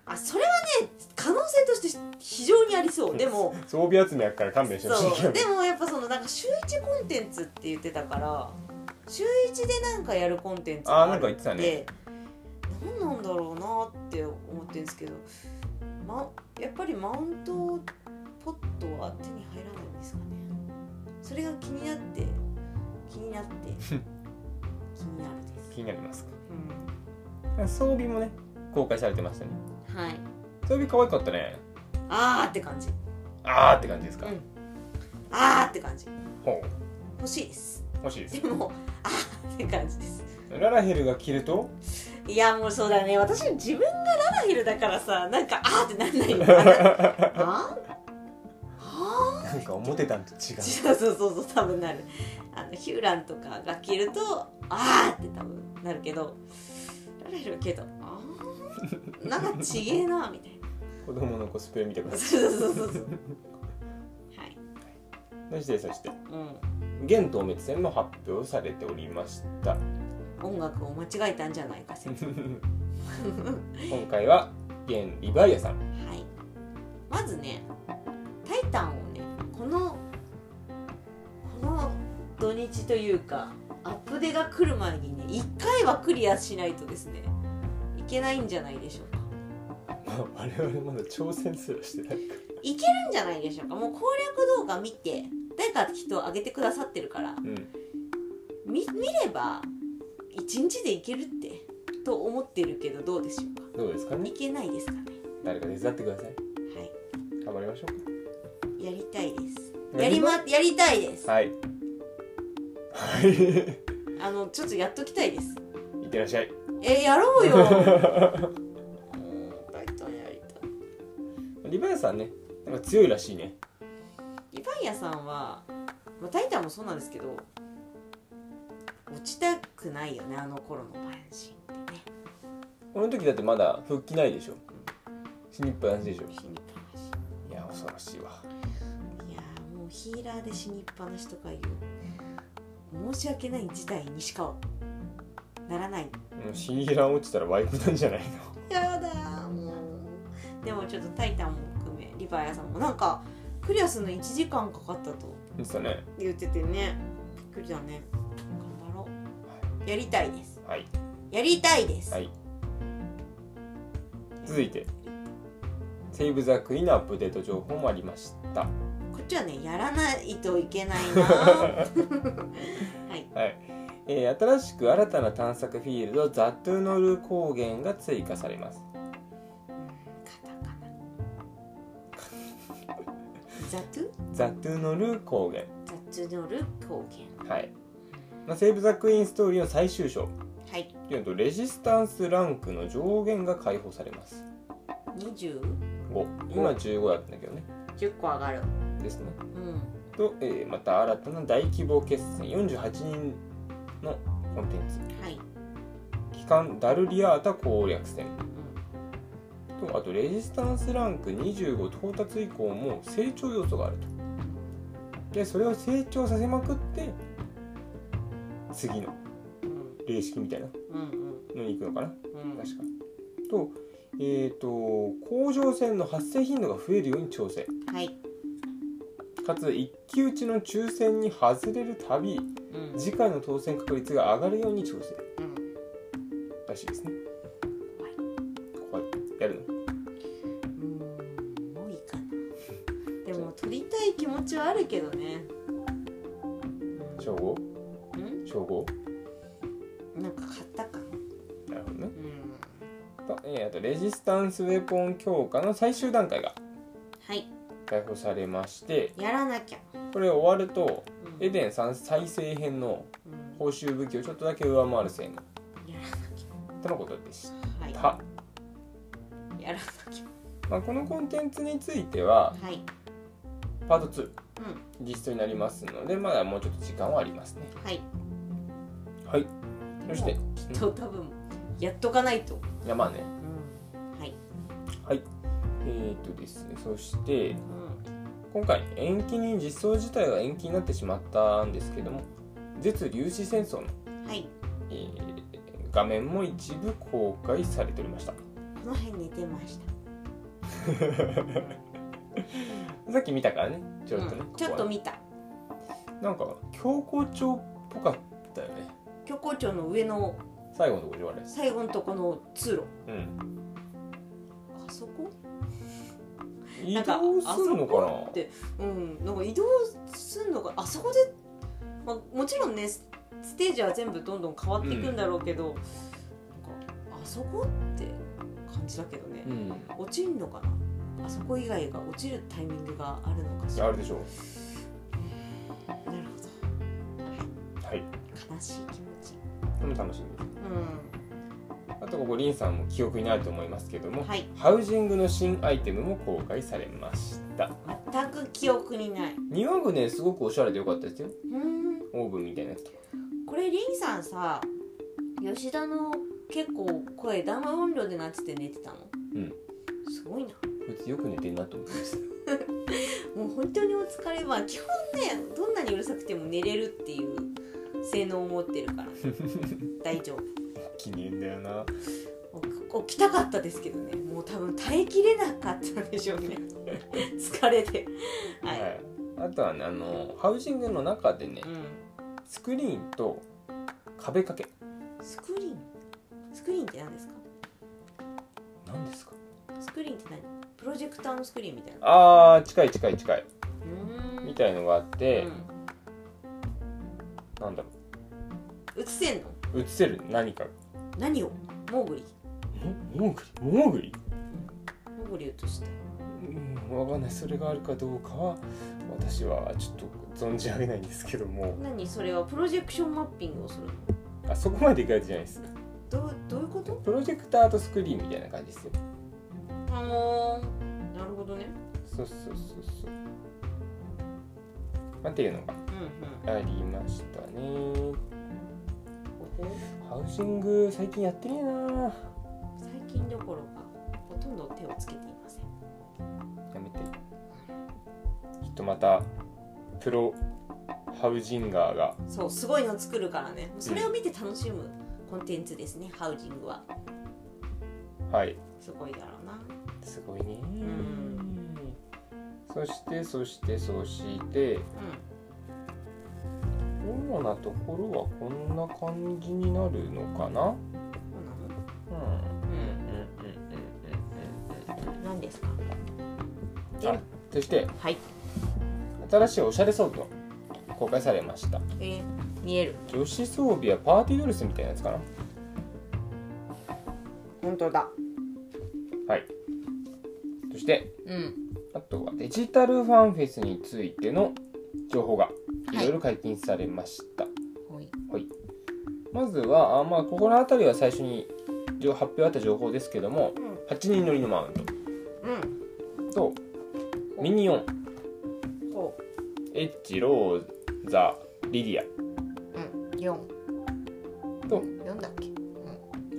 あそれはね可能性として非常にありそうでも装備集めやから勘弁してほしいけ *laughs* そどうでもやっぱそのなんか週一コンテンツって言ってたから週一でなんかやるコンテンツあーがなんかる言ってたねで何なんだろうなって思ってるんですけど、ま、やっぱりマウントポットは手に入らないんですかねそれが気になって気になって *laughs* 気になるです、気になりますかう装備もね公開されてましたねん、はい装備可愛かったねあーって感じあーって感じですか、うんあーって感じほう欲しいです欲しいですでもあーって感じですララヘルが着る *laughs* といやもうそうだね私自分がララヒルだからさなんかあーってなんないのか *laughs* なあーあーなんか思ってたんと違うそうそうそうそう多分なるあのヒューランとかが着るとあーって多分なるけどララヘルはけどあーなんかちげえなみたい *laughs* 子供のコスプレ見てくだなさそうそうそうそうはいい *laughs* そしてそしてう現東滅戦も発表されておりました *laughs* ん音楽を間違えたんじゃないか説は今回は現リヴァイアさん *laughs* いまずね「タイタン」をねこのこの土日というかアップデが来る前にね1回はクリアしないとですねいけないんじゃないでしょうかまあ我々まだ挑戦すらしてないかいけるんじゃないでしょうかもう攻略動画見て誰か人を上げてくださってるからうん見見れば一日でいけるってと思ってるけどどうでしょうかどうですかねいけないですかね誰か手伝ってくださいは頑張りましょいやりたいですうかやりまやりたいですはいはい *laughs* あのちょっとやっときたいですいってらっしゃいえーやろうよ *laughs* うんバイトやりたいリバヤさんねなんか強いらしいねリヴァイアさんは、まあ、タイタンもそうなんですけど落ちたくないよねあの頃のバヤンシンってねこの時だってまだ復帰ないでしょ死にっぱなしでしょ死にっぱなしいや恐ろしいわいやーもうヒーラーで死にっぱなしとかいう申し訳ない事態にしかならないもうシーラン落ちたらワイプなんじゃないのやだもうでもちょっと「タイタン」も含めリヴァイアさんもなんかクリアするの1時間かかったと言ってたね言っててねびっくりだね頑張ろうやりたいですはいやりたいです、はい続いてセイブ・ザ・クイーンのアップデート情報もありましたこっちはねやらないといけないなはいえー新しく新たな探索フィールドザトゥノル高原が追加されますカタカナザトゥザトゥノル高原ザトゥノル高原はい、まあ、セーブ・ザ・クイーンストーリーの最終章はいというのとレジスタンスランクの上限が解放されます2010 5今15だったんだけどね個上がるですねうんと、えーまた新たな大規模決戦48人のコンテンツはい、機関ダルリアータ攻略戦うんとあとレジスタンスランク25到達以降も成長要素があるとでそれを成長させまくって次のうん霊式みたいなうんのに行くのかなうんうん確かとえー、と甲状腺の発生頻度が増えるように調整はいかつ一騎打ちの抽選に外れるたびうん次回の当選確率が上がるように調整うんらしいですね怖いやるうんもういいかなでも撮りたい気持ちはあるけどねの称号うん称号なんか買ったかななるほどねうと,、んえーあとレジスタンスウェポン強化の最終段階がはい解放されましてやらなきゃ、これ終わるとうんエデンさん再生編のうん報酬武器をちょっとだけ上回る性能やらなきとのことでしゃはいた、やらなきまあ、このコンテンツについてはゃはいパート2うんリストになりますのでまだもうちょっと時間はありますねはいはいそしてでもきっと多分やっとかないと、いやまあねうん、はい、はいえー、とですねそしてう今回延期に実装自体が延期になってしまったんですけども絶粒子戦争の、ん、はいえー画面も一部公開されておりました *laughs* この辺に出ましたさっき見たからねちょっとね、うんちょっとこ見たこはなんか強行帳っぽかったよね漁港町の上の最後のところあれです最後のとこの通う路んあそこ移なんか動するのかなあそこってうんなんか移動すんのかあそこで、まあ、もちろんねスステージは全部どんどん変わっていくんだろうけど、なんかあそこって感じだけどね、うん落ちるのかなあそこ以外が落ちるタイミングがあるのかしいらやあなるるでしょうほどはい悲しい気持ちこれも楽しみですうあとここリンさんも記憶にないと思いますけども、んはいハウジングの新アイテムも公開されました全く記憶にない庭具ねすごくおしゃれでよかったですようんオーブンみたいなやつとかこれリンさんさ吉田の結構声ダマ音量でなってて寝てたのうんすごいなこいつよく寝てんなと思いましたもう本当にお疲れは基本ねどんなにうるさくても寝れるっていう性能を持ってるから *laughs* 大丈夫記念だよな起きたかったですけどねもう多分耐えきれなかったんでしょうね *laughs* 疲れてはい、はいあとはねあのハウジングの中でねうん、スクリーンと壁掛けスクリーンスクリーンって何ですか何ですかスクリーンって何プロジェクターのスクリーンみたいなあー近い近い近いうーんみたいのがあって、うんなんだろ映せんのう映せる何か何をモーグリモーグリモーグリモーグリ映してうんわかんないそれがあるかどうかは私はちょっと存じ上げないんですけども何それはプロジェクションマッピングをするのあそこまでいかれてじゃないですどうどういうことプロジェクターとスクリーンみたいな感じですよあのー、なるほどねそうそうそうそうまあっていうのがうんうんありましたねここハウシング最近やってねえな最近どころかほとんど手をつけていませんやめてきっとまたプロハウジンガーがそうすごいの作るからねそれを見て楽しむコンテンツですね、ハウジングははいすごいだろうなすごいねんそしてそしてそして主なところはこんな感じになるのかなううんそうんうんうんうなのんうんうんうんうん何ですかあそしてはい新しいおしゃれ装備が公開されましたえー、見える女子装備はパーティードレスみたいなやつかな本当だはいそしてうんあとはデジタルファンフェスについての情報がいはいろいろ解禁されました、はいまずはあまあここの辺りは最初に情発表あった情報ですけどもうん8人乗りのマウンうんトとミニオンこエッジローザリディううん四と四だっけ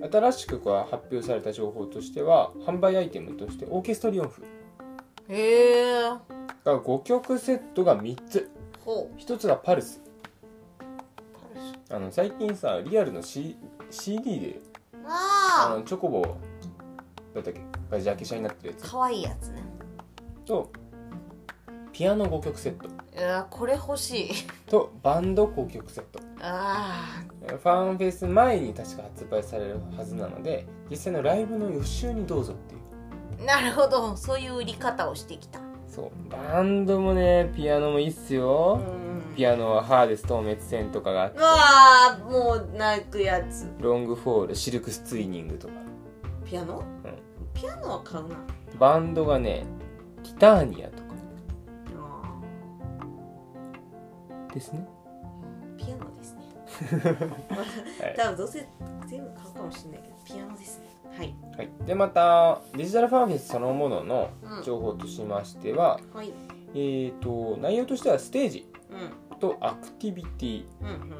ア新しくこう発表された情報としては販売アイテムとしてオーケストリオンフへえが5曲セットが3つほ1つがパルスうパルスあの最近さリアルの、C、CD でああのチョコボだったっけがジャケ写になってるやあ可愛いやつねつとピアノ5曲セットいやこれ欲しい *laughs* とバンド5曲セットあえーファンフェス前に確か発売されるはずなので実際のライブの予習にどうぞっていうあなるほどそういう売り方をしてきたそうバンドもねピアノもいいっすよ、んピアノはハーデス透明線とかがあっうてわあもう泣くやつロングフォールシルクスツイニングとかピアノ、ピアノは買うなバンドがねティターニアとかですねピアノですね、はい *laughs* 多分どうせ全部買うかもしれないけどピアノですねはいはい、でまたデジタルファンフェスそのもののうん情報としましては、はいえー、と内容としてはステージうんとアクティビティうん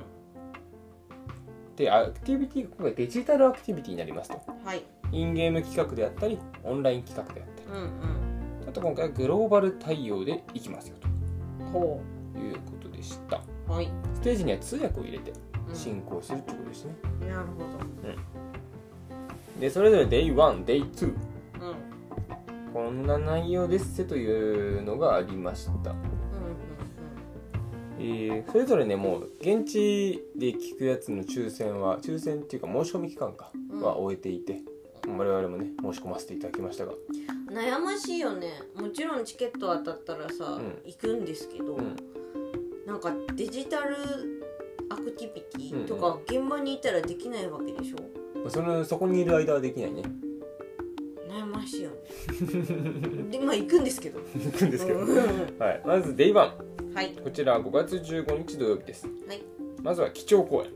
でアクティビティ今回デジタルアクティビティになりますとうんはいインゲーム企画であったりオンライン企画であったりうんうんあと今回はグローバル対応でいきますよほということでしたうはい、ステージには通訳を入れてうん進行するってことですねなるほでそれぞれ Day1Day2 どうんこんな内容ですせというのがありましたうんうんえーそれぞれねもう現地で聞くやつの抽選は抽選っていうか申し込み期間か、うんは終えていて我々もね申し込ませていただきましたがうん悩ましいよねもちろんチケット当たったらさ、ん行くんですけど、うんなんかデジタルアクティビティとうか現場にいたらできないわけでしょ、そのそこにいる間はできないね *laughs* 悩ましいよねでまあ行くんですけど行くんですけど、うんははい、まず Day1 いこちらは5月15日土曜日ですはいまずは基調公演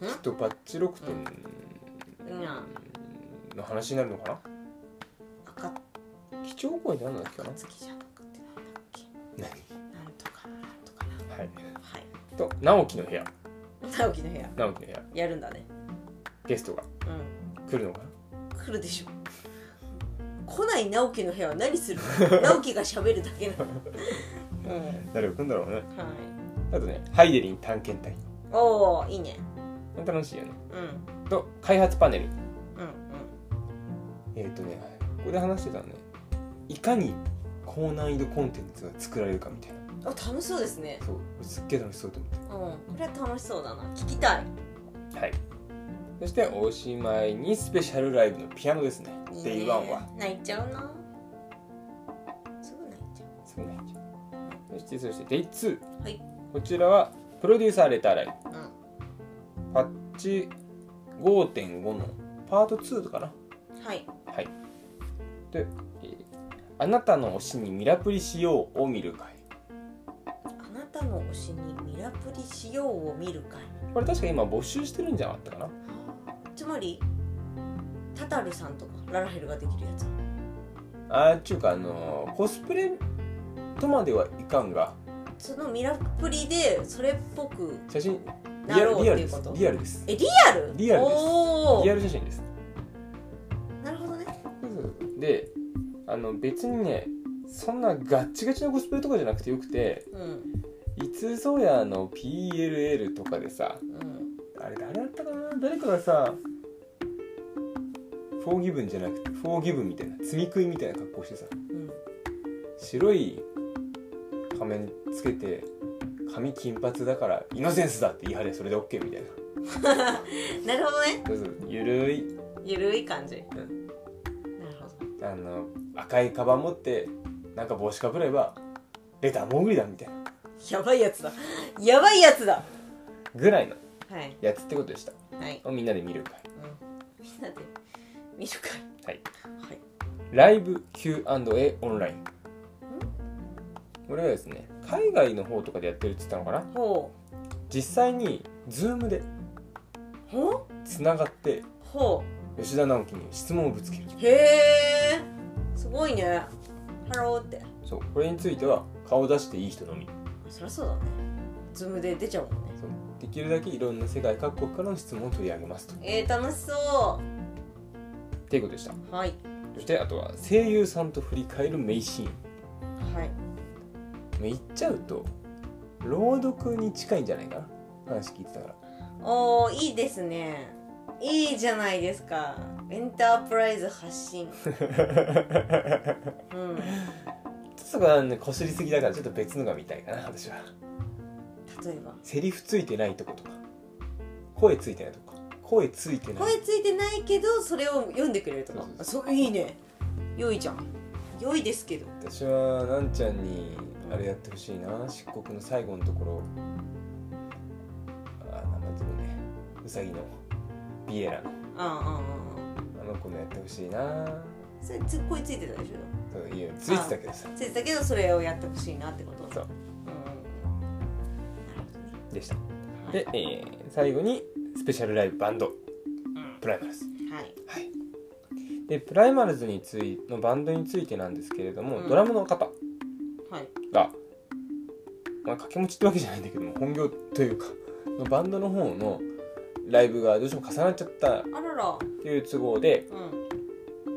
うんきっとバッチ6点うんの話になるのか赤な基調公演って何なんだっけかな月じゃなくてなんだっけ何なんとかなんとかなはいはいと直樹の部屋直樹の部屋直樹の部屋やるんだねゲストがうん来るのかな来るでしょ来ない直樹の部屋は何する *laughs* の直樹が喋るだけなのうん誰が来るんだろうねはいあとねハイデリン探検隊おおいいね楽しいよねうんと開発パネルうんえっ、とねここで話してたのねいかに高難易度コンテンツが作られるかみたいなうんあ楽しそうですねそうすっげえ楽しそうと思っうんこれは楽しそうだな聞きたいてはいそしておしまいにスペシャルライブのピアノですねイいいデねイワンは泣いちゃうなすぐ泣いちゃそうねそしてそしてデイ2うはいこちらはプロデューサーレターラインうんパッチ5.5のパート2かなはいはい。で、えーあなたの推しにミラプリしようを見る会。あなたの推しにミラプリしようを見る会これ確か今募集してるんじゃなかったかなつまりタタルさんとかララヘルができるやつあーちゅうか、あのーコスプレとまではいかんが、そのミラプリでそれっぽく写真、リなアろルうリアってルいでうこすと。リアルです。えリアルリアルですおリーアル写真です。なるほどねで、あの、別にね、そんなガッチガチのコスプレとかじゃなくてよくて、うんいつぞやの PLL とかでさ、うんあれ誰だったかな誰かがさフォーギブンじゃなくてフォーギブンみたいな積み食いみたいな格好してさうん白い仮面つけて髪金髪だからイノセンスだって言い張れそれで OK みたいななるほどねそうそうゆるいゆるい感じ、うなるほどあの赤いカバン持ってなんか帽子かぶればレターもぐりだみたいなやばいやつだやばいやつだぐらいのはいやつってことでしたはい、をみんなで見る会うん、みんなで見るかはいはいライブ Q&A オンラインこれはですね海外の方とかでやってるって言ったのかなほ実際に Zoom でうほつながってうほ吉田直樹に質問をぶつけるうへえすごいねハローってそうこれについては顔出していい人のみそりゃそうだねズームで出ちゃうもんねそうできるだけいろんな世界各国からの質問を取り上げますとっえー、楽しそていうことでしたうはいそしてあとは声優さんと振り返る名シーンはい言っちゃうと朗読に近いんじゃないかな話聞いてたからおーいいですねいいじゃないですかエンタープライズ発信うんちょっとねこすりすぎだからちょっと別のが見たいかな私は例えばセリフついてないとことか声ついてないとこか声ついてない声ついてないけどそれを読んでくれるとかそうそういいね良いじゃん良いですけど私はなんちゃんにあれやってほしいな漆黒の最後のところあ名前出てこねえうさぎのビエラのああああああの子のやってほしいなあそれつ声ついてたでしょそういやついてたけどさついてたけどそれをやってほしいなってことそううんなるほどねでしたはいで、えー最後にスペシャルライブバンドうんプライマルズはいはいでプライマルズについのバンドについてなんですけれども、うんドラムの方はいが、まあ、掛け持ちってわけじゃないんだけども本業というかのバンドの方のライブがどうしても重なっちゃったあららっていう都合で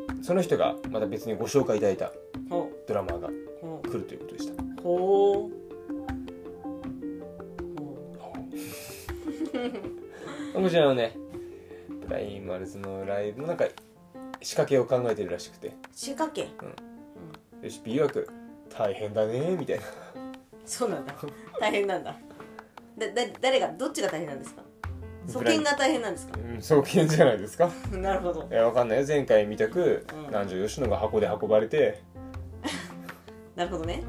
うんその人がまた別にご紹介いただいたほドラマーがうほ来るということでしたうほうほこちらのねプライマルズのライブのなんか仕掛けを考えてるらしくてう仕掛けよし B 枠大変だねみたいなそう *laughs* なんだ大変なんだだだ誰がどっちが大変なんですか素見が大変なんですか *laughs* うんそうけんじゃないですかなるほどいやわかんないよ前回見たく、うん南條吉野が箱で運ばれてなるほどね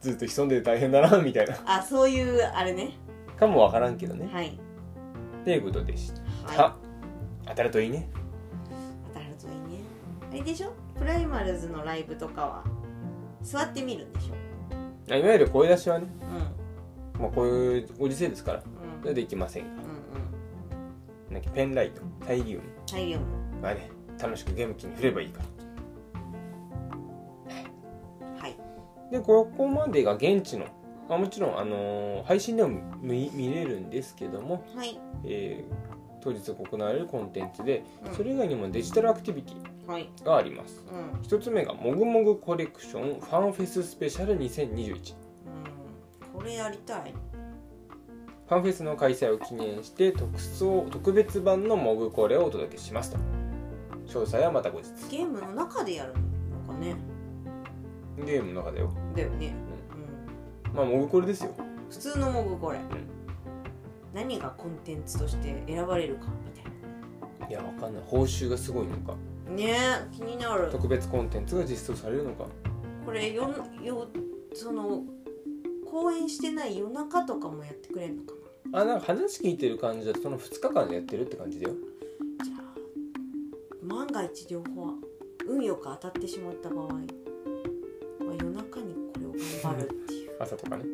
ずっと潜んでて大変だなみたいなあそういうあれねかもわからんけどねはいっていうことでした、は当たるといいねい当たるといいねあれでしょプライマルズのライブとかは座ってみるんでしょあいわゆる声出しはね、うんまあ、こういうご時世ですからうんそれできませんがうんうんなんかペンライトタイリウムはいよまあね楽しくゲーム機に振ればいいからはいでここまでが現地の、まあ、もちろん、あのー配信でも見見れるんですけども、はいえー当日行われるコンテンツでうんそれ以外にもデジタルアクティビティはいがありますうんうん一つ目が「もぐもぐコレクションファンフェススペシャル2021」これやりたいファンフェスの開催を記念して特装特別版のモグコレをお届けしますと詳細はまた後日ゲームの中でやるのかねゲームの中だよだよねううんまあモグコレですよ普通のモグこれ、ん何がコンテンツとして選ばれるかみたいいやわかんない報酬がすごいのかねえ気になる特別コンテンツが実装されるのかこれよよその公演してない夜中とかもやってくれるのかあなんか話聞いてる感じだとその2日間でやってるって感じだよなじゃあ万が一両方運よく当たってしまった場合は夜中にこれを頑張るっていう、朝とかね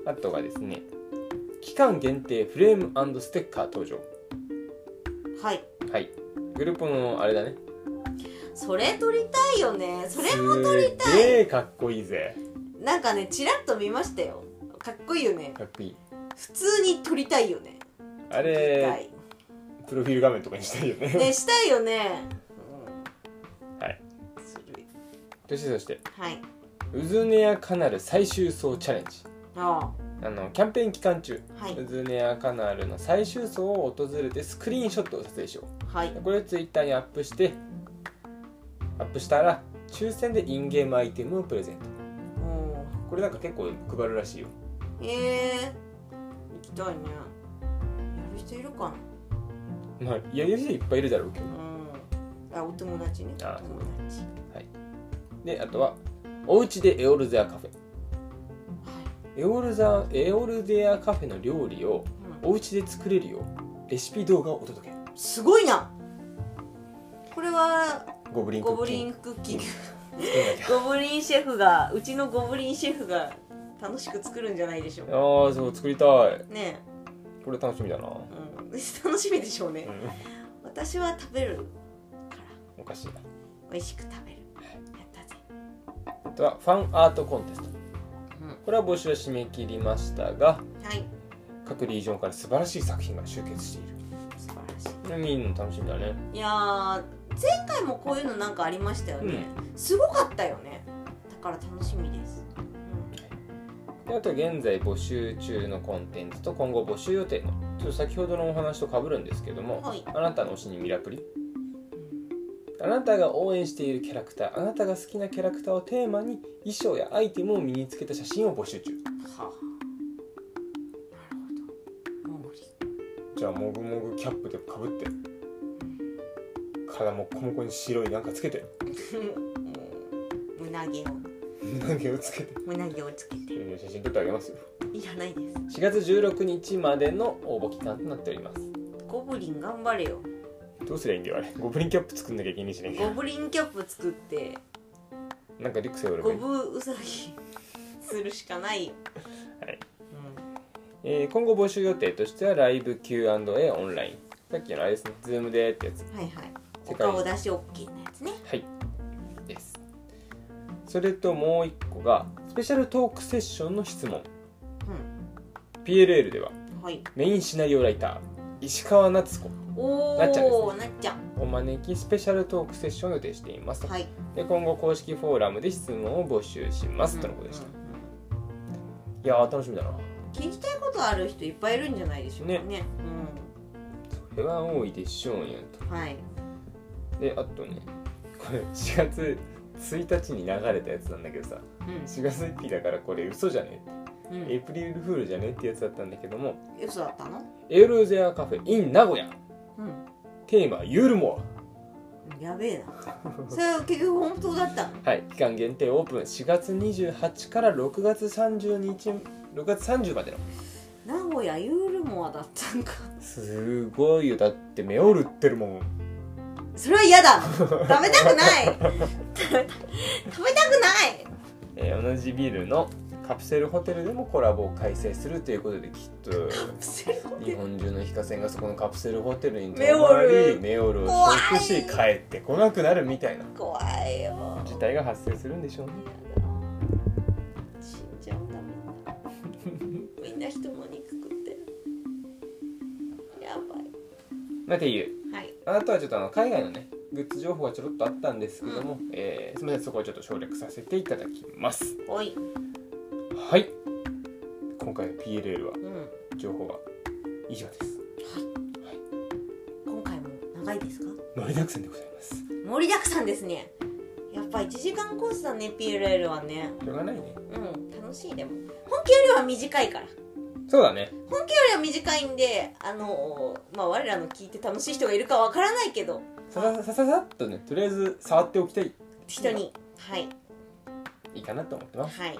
うん、あとがですね期間限定フレームステッカー登場はいはいグループのあれだねそれ撮りたいよねそれも取りたいすっげえかっこいいぜなんかねちらっと見ましたよかっこいいよねかっこいい普通に撮りたいよねあ撮れプロフィール画面とかにしたいよ *laughs* りたいねねしたいよね、はいうん、するそしてそしてはい「うずねやカナル最終層チャレンジあ」あのキャンペーン期間中あはいうずねやカナルの最終層を訪れてスクリーンショットを撮影しよはいうこれをツイッターにアップしてアップしたら抽選でインゲームアイテムをプレゼントうんこれなんか結構配るらしいよええ行きたいねやる人いるかまあやる人いっぱいいるだろうけどなうんあお友達ねあお友達であとはおうちでエオルゼアカフェはいエオルザエオルゼアカフェの料理をおうちで作れるようレシピ動画をお届けうん、すごいなこれはゴブリンクゴッブキリングンクッキングあゴブリンシェフがうちのゴブリンシェフが楽しく作るんじゃないでしょうかあーそう作りたいねこれ楽しみだな、え、うん、 *laughs* 楽しみでしょうねうん、私は食べるからおかしいな美味しく食べるやったぜあとはファンアートコンテストうんこれは募集は締め切りましたがはい各リージョンから素晴らしい作品が集結している素晴らしい見るの楽しみだねいやー前回もこういうのなんかありましたよね、すごかったよねだから楽しみです、であと現在募集中のコンテンツと今後募集予定のちょっと先ほどのお話とかぶるんですけども、はいあなたの推しにミラプリあなたが応援しているキャラクターあなたが好きなキャラクターをテーマに衣装やアイテムを身につけた写真を募集中うん、はあなるほどもう無理じゃあもぐもぐキャップでかぶって体もこもこに白いなんかつけて *laughs* もう胸毛を胸毛をつけて胸毛をつけて写真撮ってあげますよいらないです4月16日までの応募期間となっておりますゴブリン頑張れよどうすりゃいいんだよあれゴブリンキャップ作んなきゃいけないしねゴブリンキャップ作ってなんかリュック背負えばゴいいブウサギするしかないよはい、うんえー今後募集予定としてはライブ Q&A オンラインさっきのあれですね Zoom でってやつはいはい世お界顔出し OK なやつねはいですそれともう一個がスペシャルトークセッションの質問う PLL ではんはいメインシナリオライター石川夏子おおなっちゃんですねなっちゃんを招きスペシャルトークセッションを予定していますと、はいで今後公式フォーラムで質問を募集しますとのことでした、うんうんうんいやー楽しみだな聞きたいことある人いっぱいいるんじゃないでしょうかねねこれは多いでしょうよとうんはいであとねこれ4月1日に流れたやつなんだけどさ4月1日だからこれ嘘じゃねうん、うエイん、プリルフールじゃねってやつだったんだけども嘘だったのエウルゼアカフェ in 名古屋うテーマユールモんやべえなそれは結局本当だったのアはい期間限定オープン4月28から6月30日6月30までの名古屋ユールモアだったんかすごいよだってメオル売ってるもんそれは嫌だ食べたくない食べたくないえー同じビルのカプセルホテルでもコラボを開催するということできっと日本中のヒカセンがそこのカプセルホテルに泊メオまりルメオルを怖い食し帰ってこなくなるみたいな怖いよ事態が発生するんでしょうねやだ死んじゃうんだみんなみんな人の肉食ってるやばいまあっていうはいあとはちょっとあの海外のねグッズ情報がちょろっとあったんですけども、えーすみませんそこはちょっと省略させていただきますおいはい今回の PLL はうん情報は以上です今回も長いですか盛りだくさんでございます盛りだくさんですねやっぱ1時間コースだね PLL はねしょうがないねうん楽しいでも本気よりは短いからそうだね本気よりは短いんであのまあ我らの聞いて楽しい人がいるかわからないけどさささささっとねとりあえず触っておきたい人にはいいいかなと思ってますはい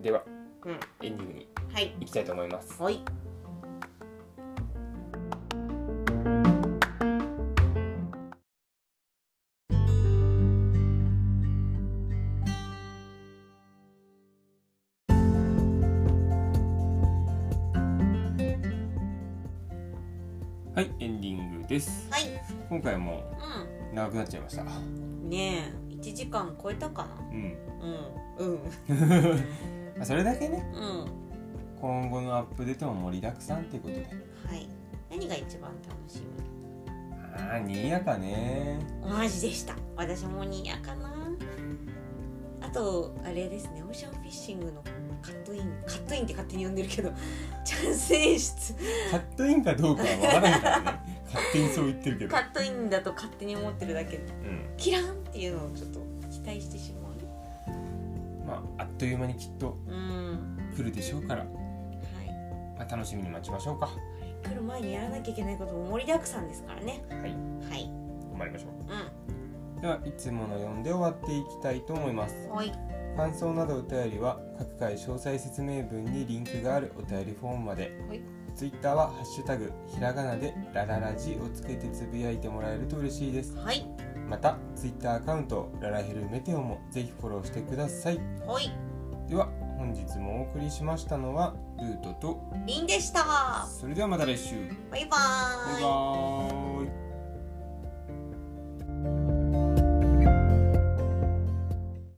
ではうんエンディングにはい行きたいと思いますはいはいエンディングですはい今回も長くなっちゃいましたうんねえ1時間超えたかな *laughs* うんうんうんまあそれだけねうん今後のアップデートも盛りだくさんっていうことではい何が一番楽しああにぎやかねみ同じでした私もにぎやかなあとあれですねオーシャンフィッシングのカットインカットインって勝手に呼んでるけど *laughs* チャンス演出カットインかどうかは分からんから *laughs* ね勝手にそう言ってるけどカ、ットインだと勝手に思ってるだけうん、キランっていうのをちょっと期待してしまうねまああっという間にきっとうん来るでしょうから、はまあ、楽しみに待ちましょうかい来る前にやらなきゃいけないことも盛りだくさんですからねはいはい頑張りましょううではいつもの読んで終わっていきたいと思いますんはい感想などお便りは各回詳細説明文にリンクがあるお便りフォームまで、はいツイッターは「ハッシュタグひらがな」で「ラララジ」をつけてつぶやいてもらえると嬉しいですはいまたツイッターアカウント「ララヘルメテオ」もぜひフォローしてくださいはいでは本日もお送りしましたのはルートとりんでしたそれではまた来週バイバーバイバーイ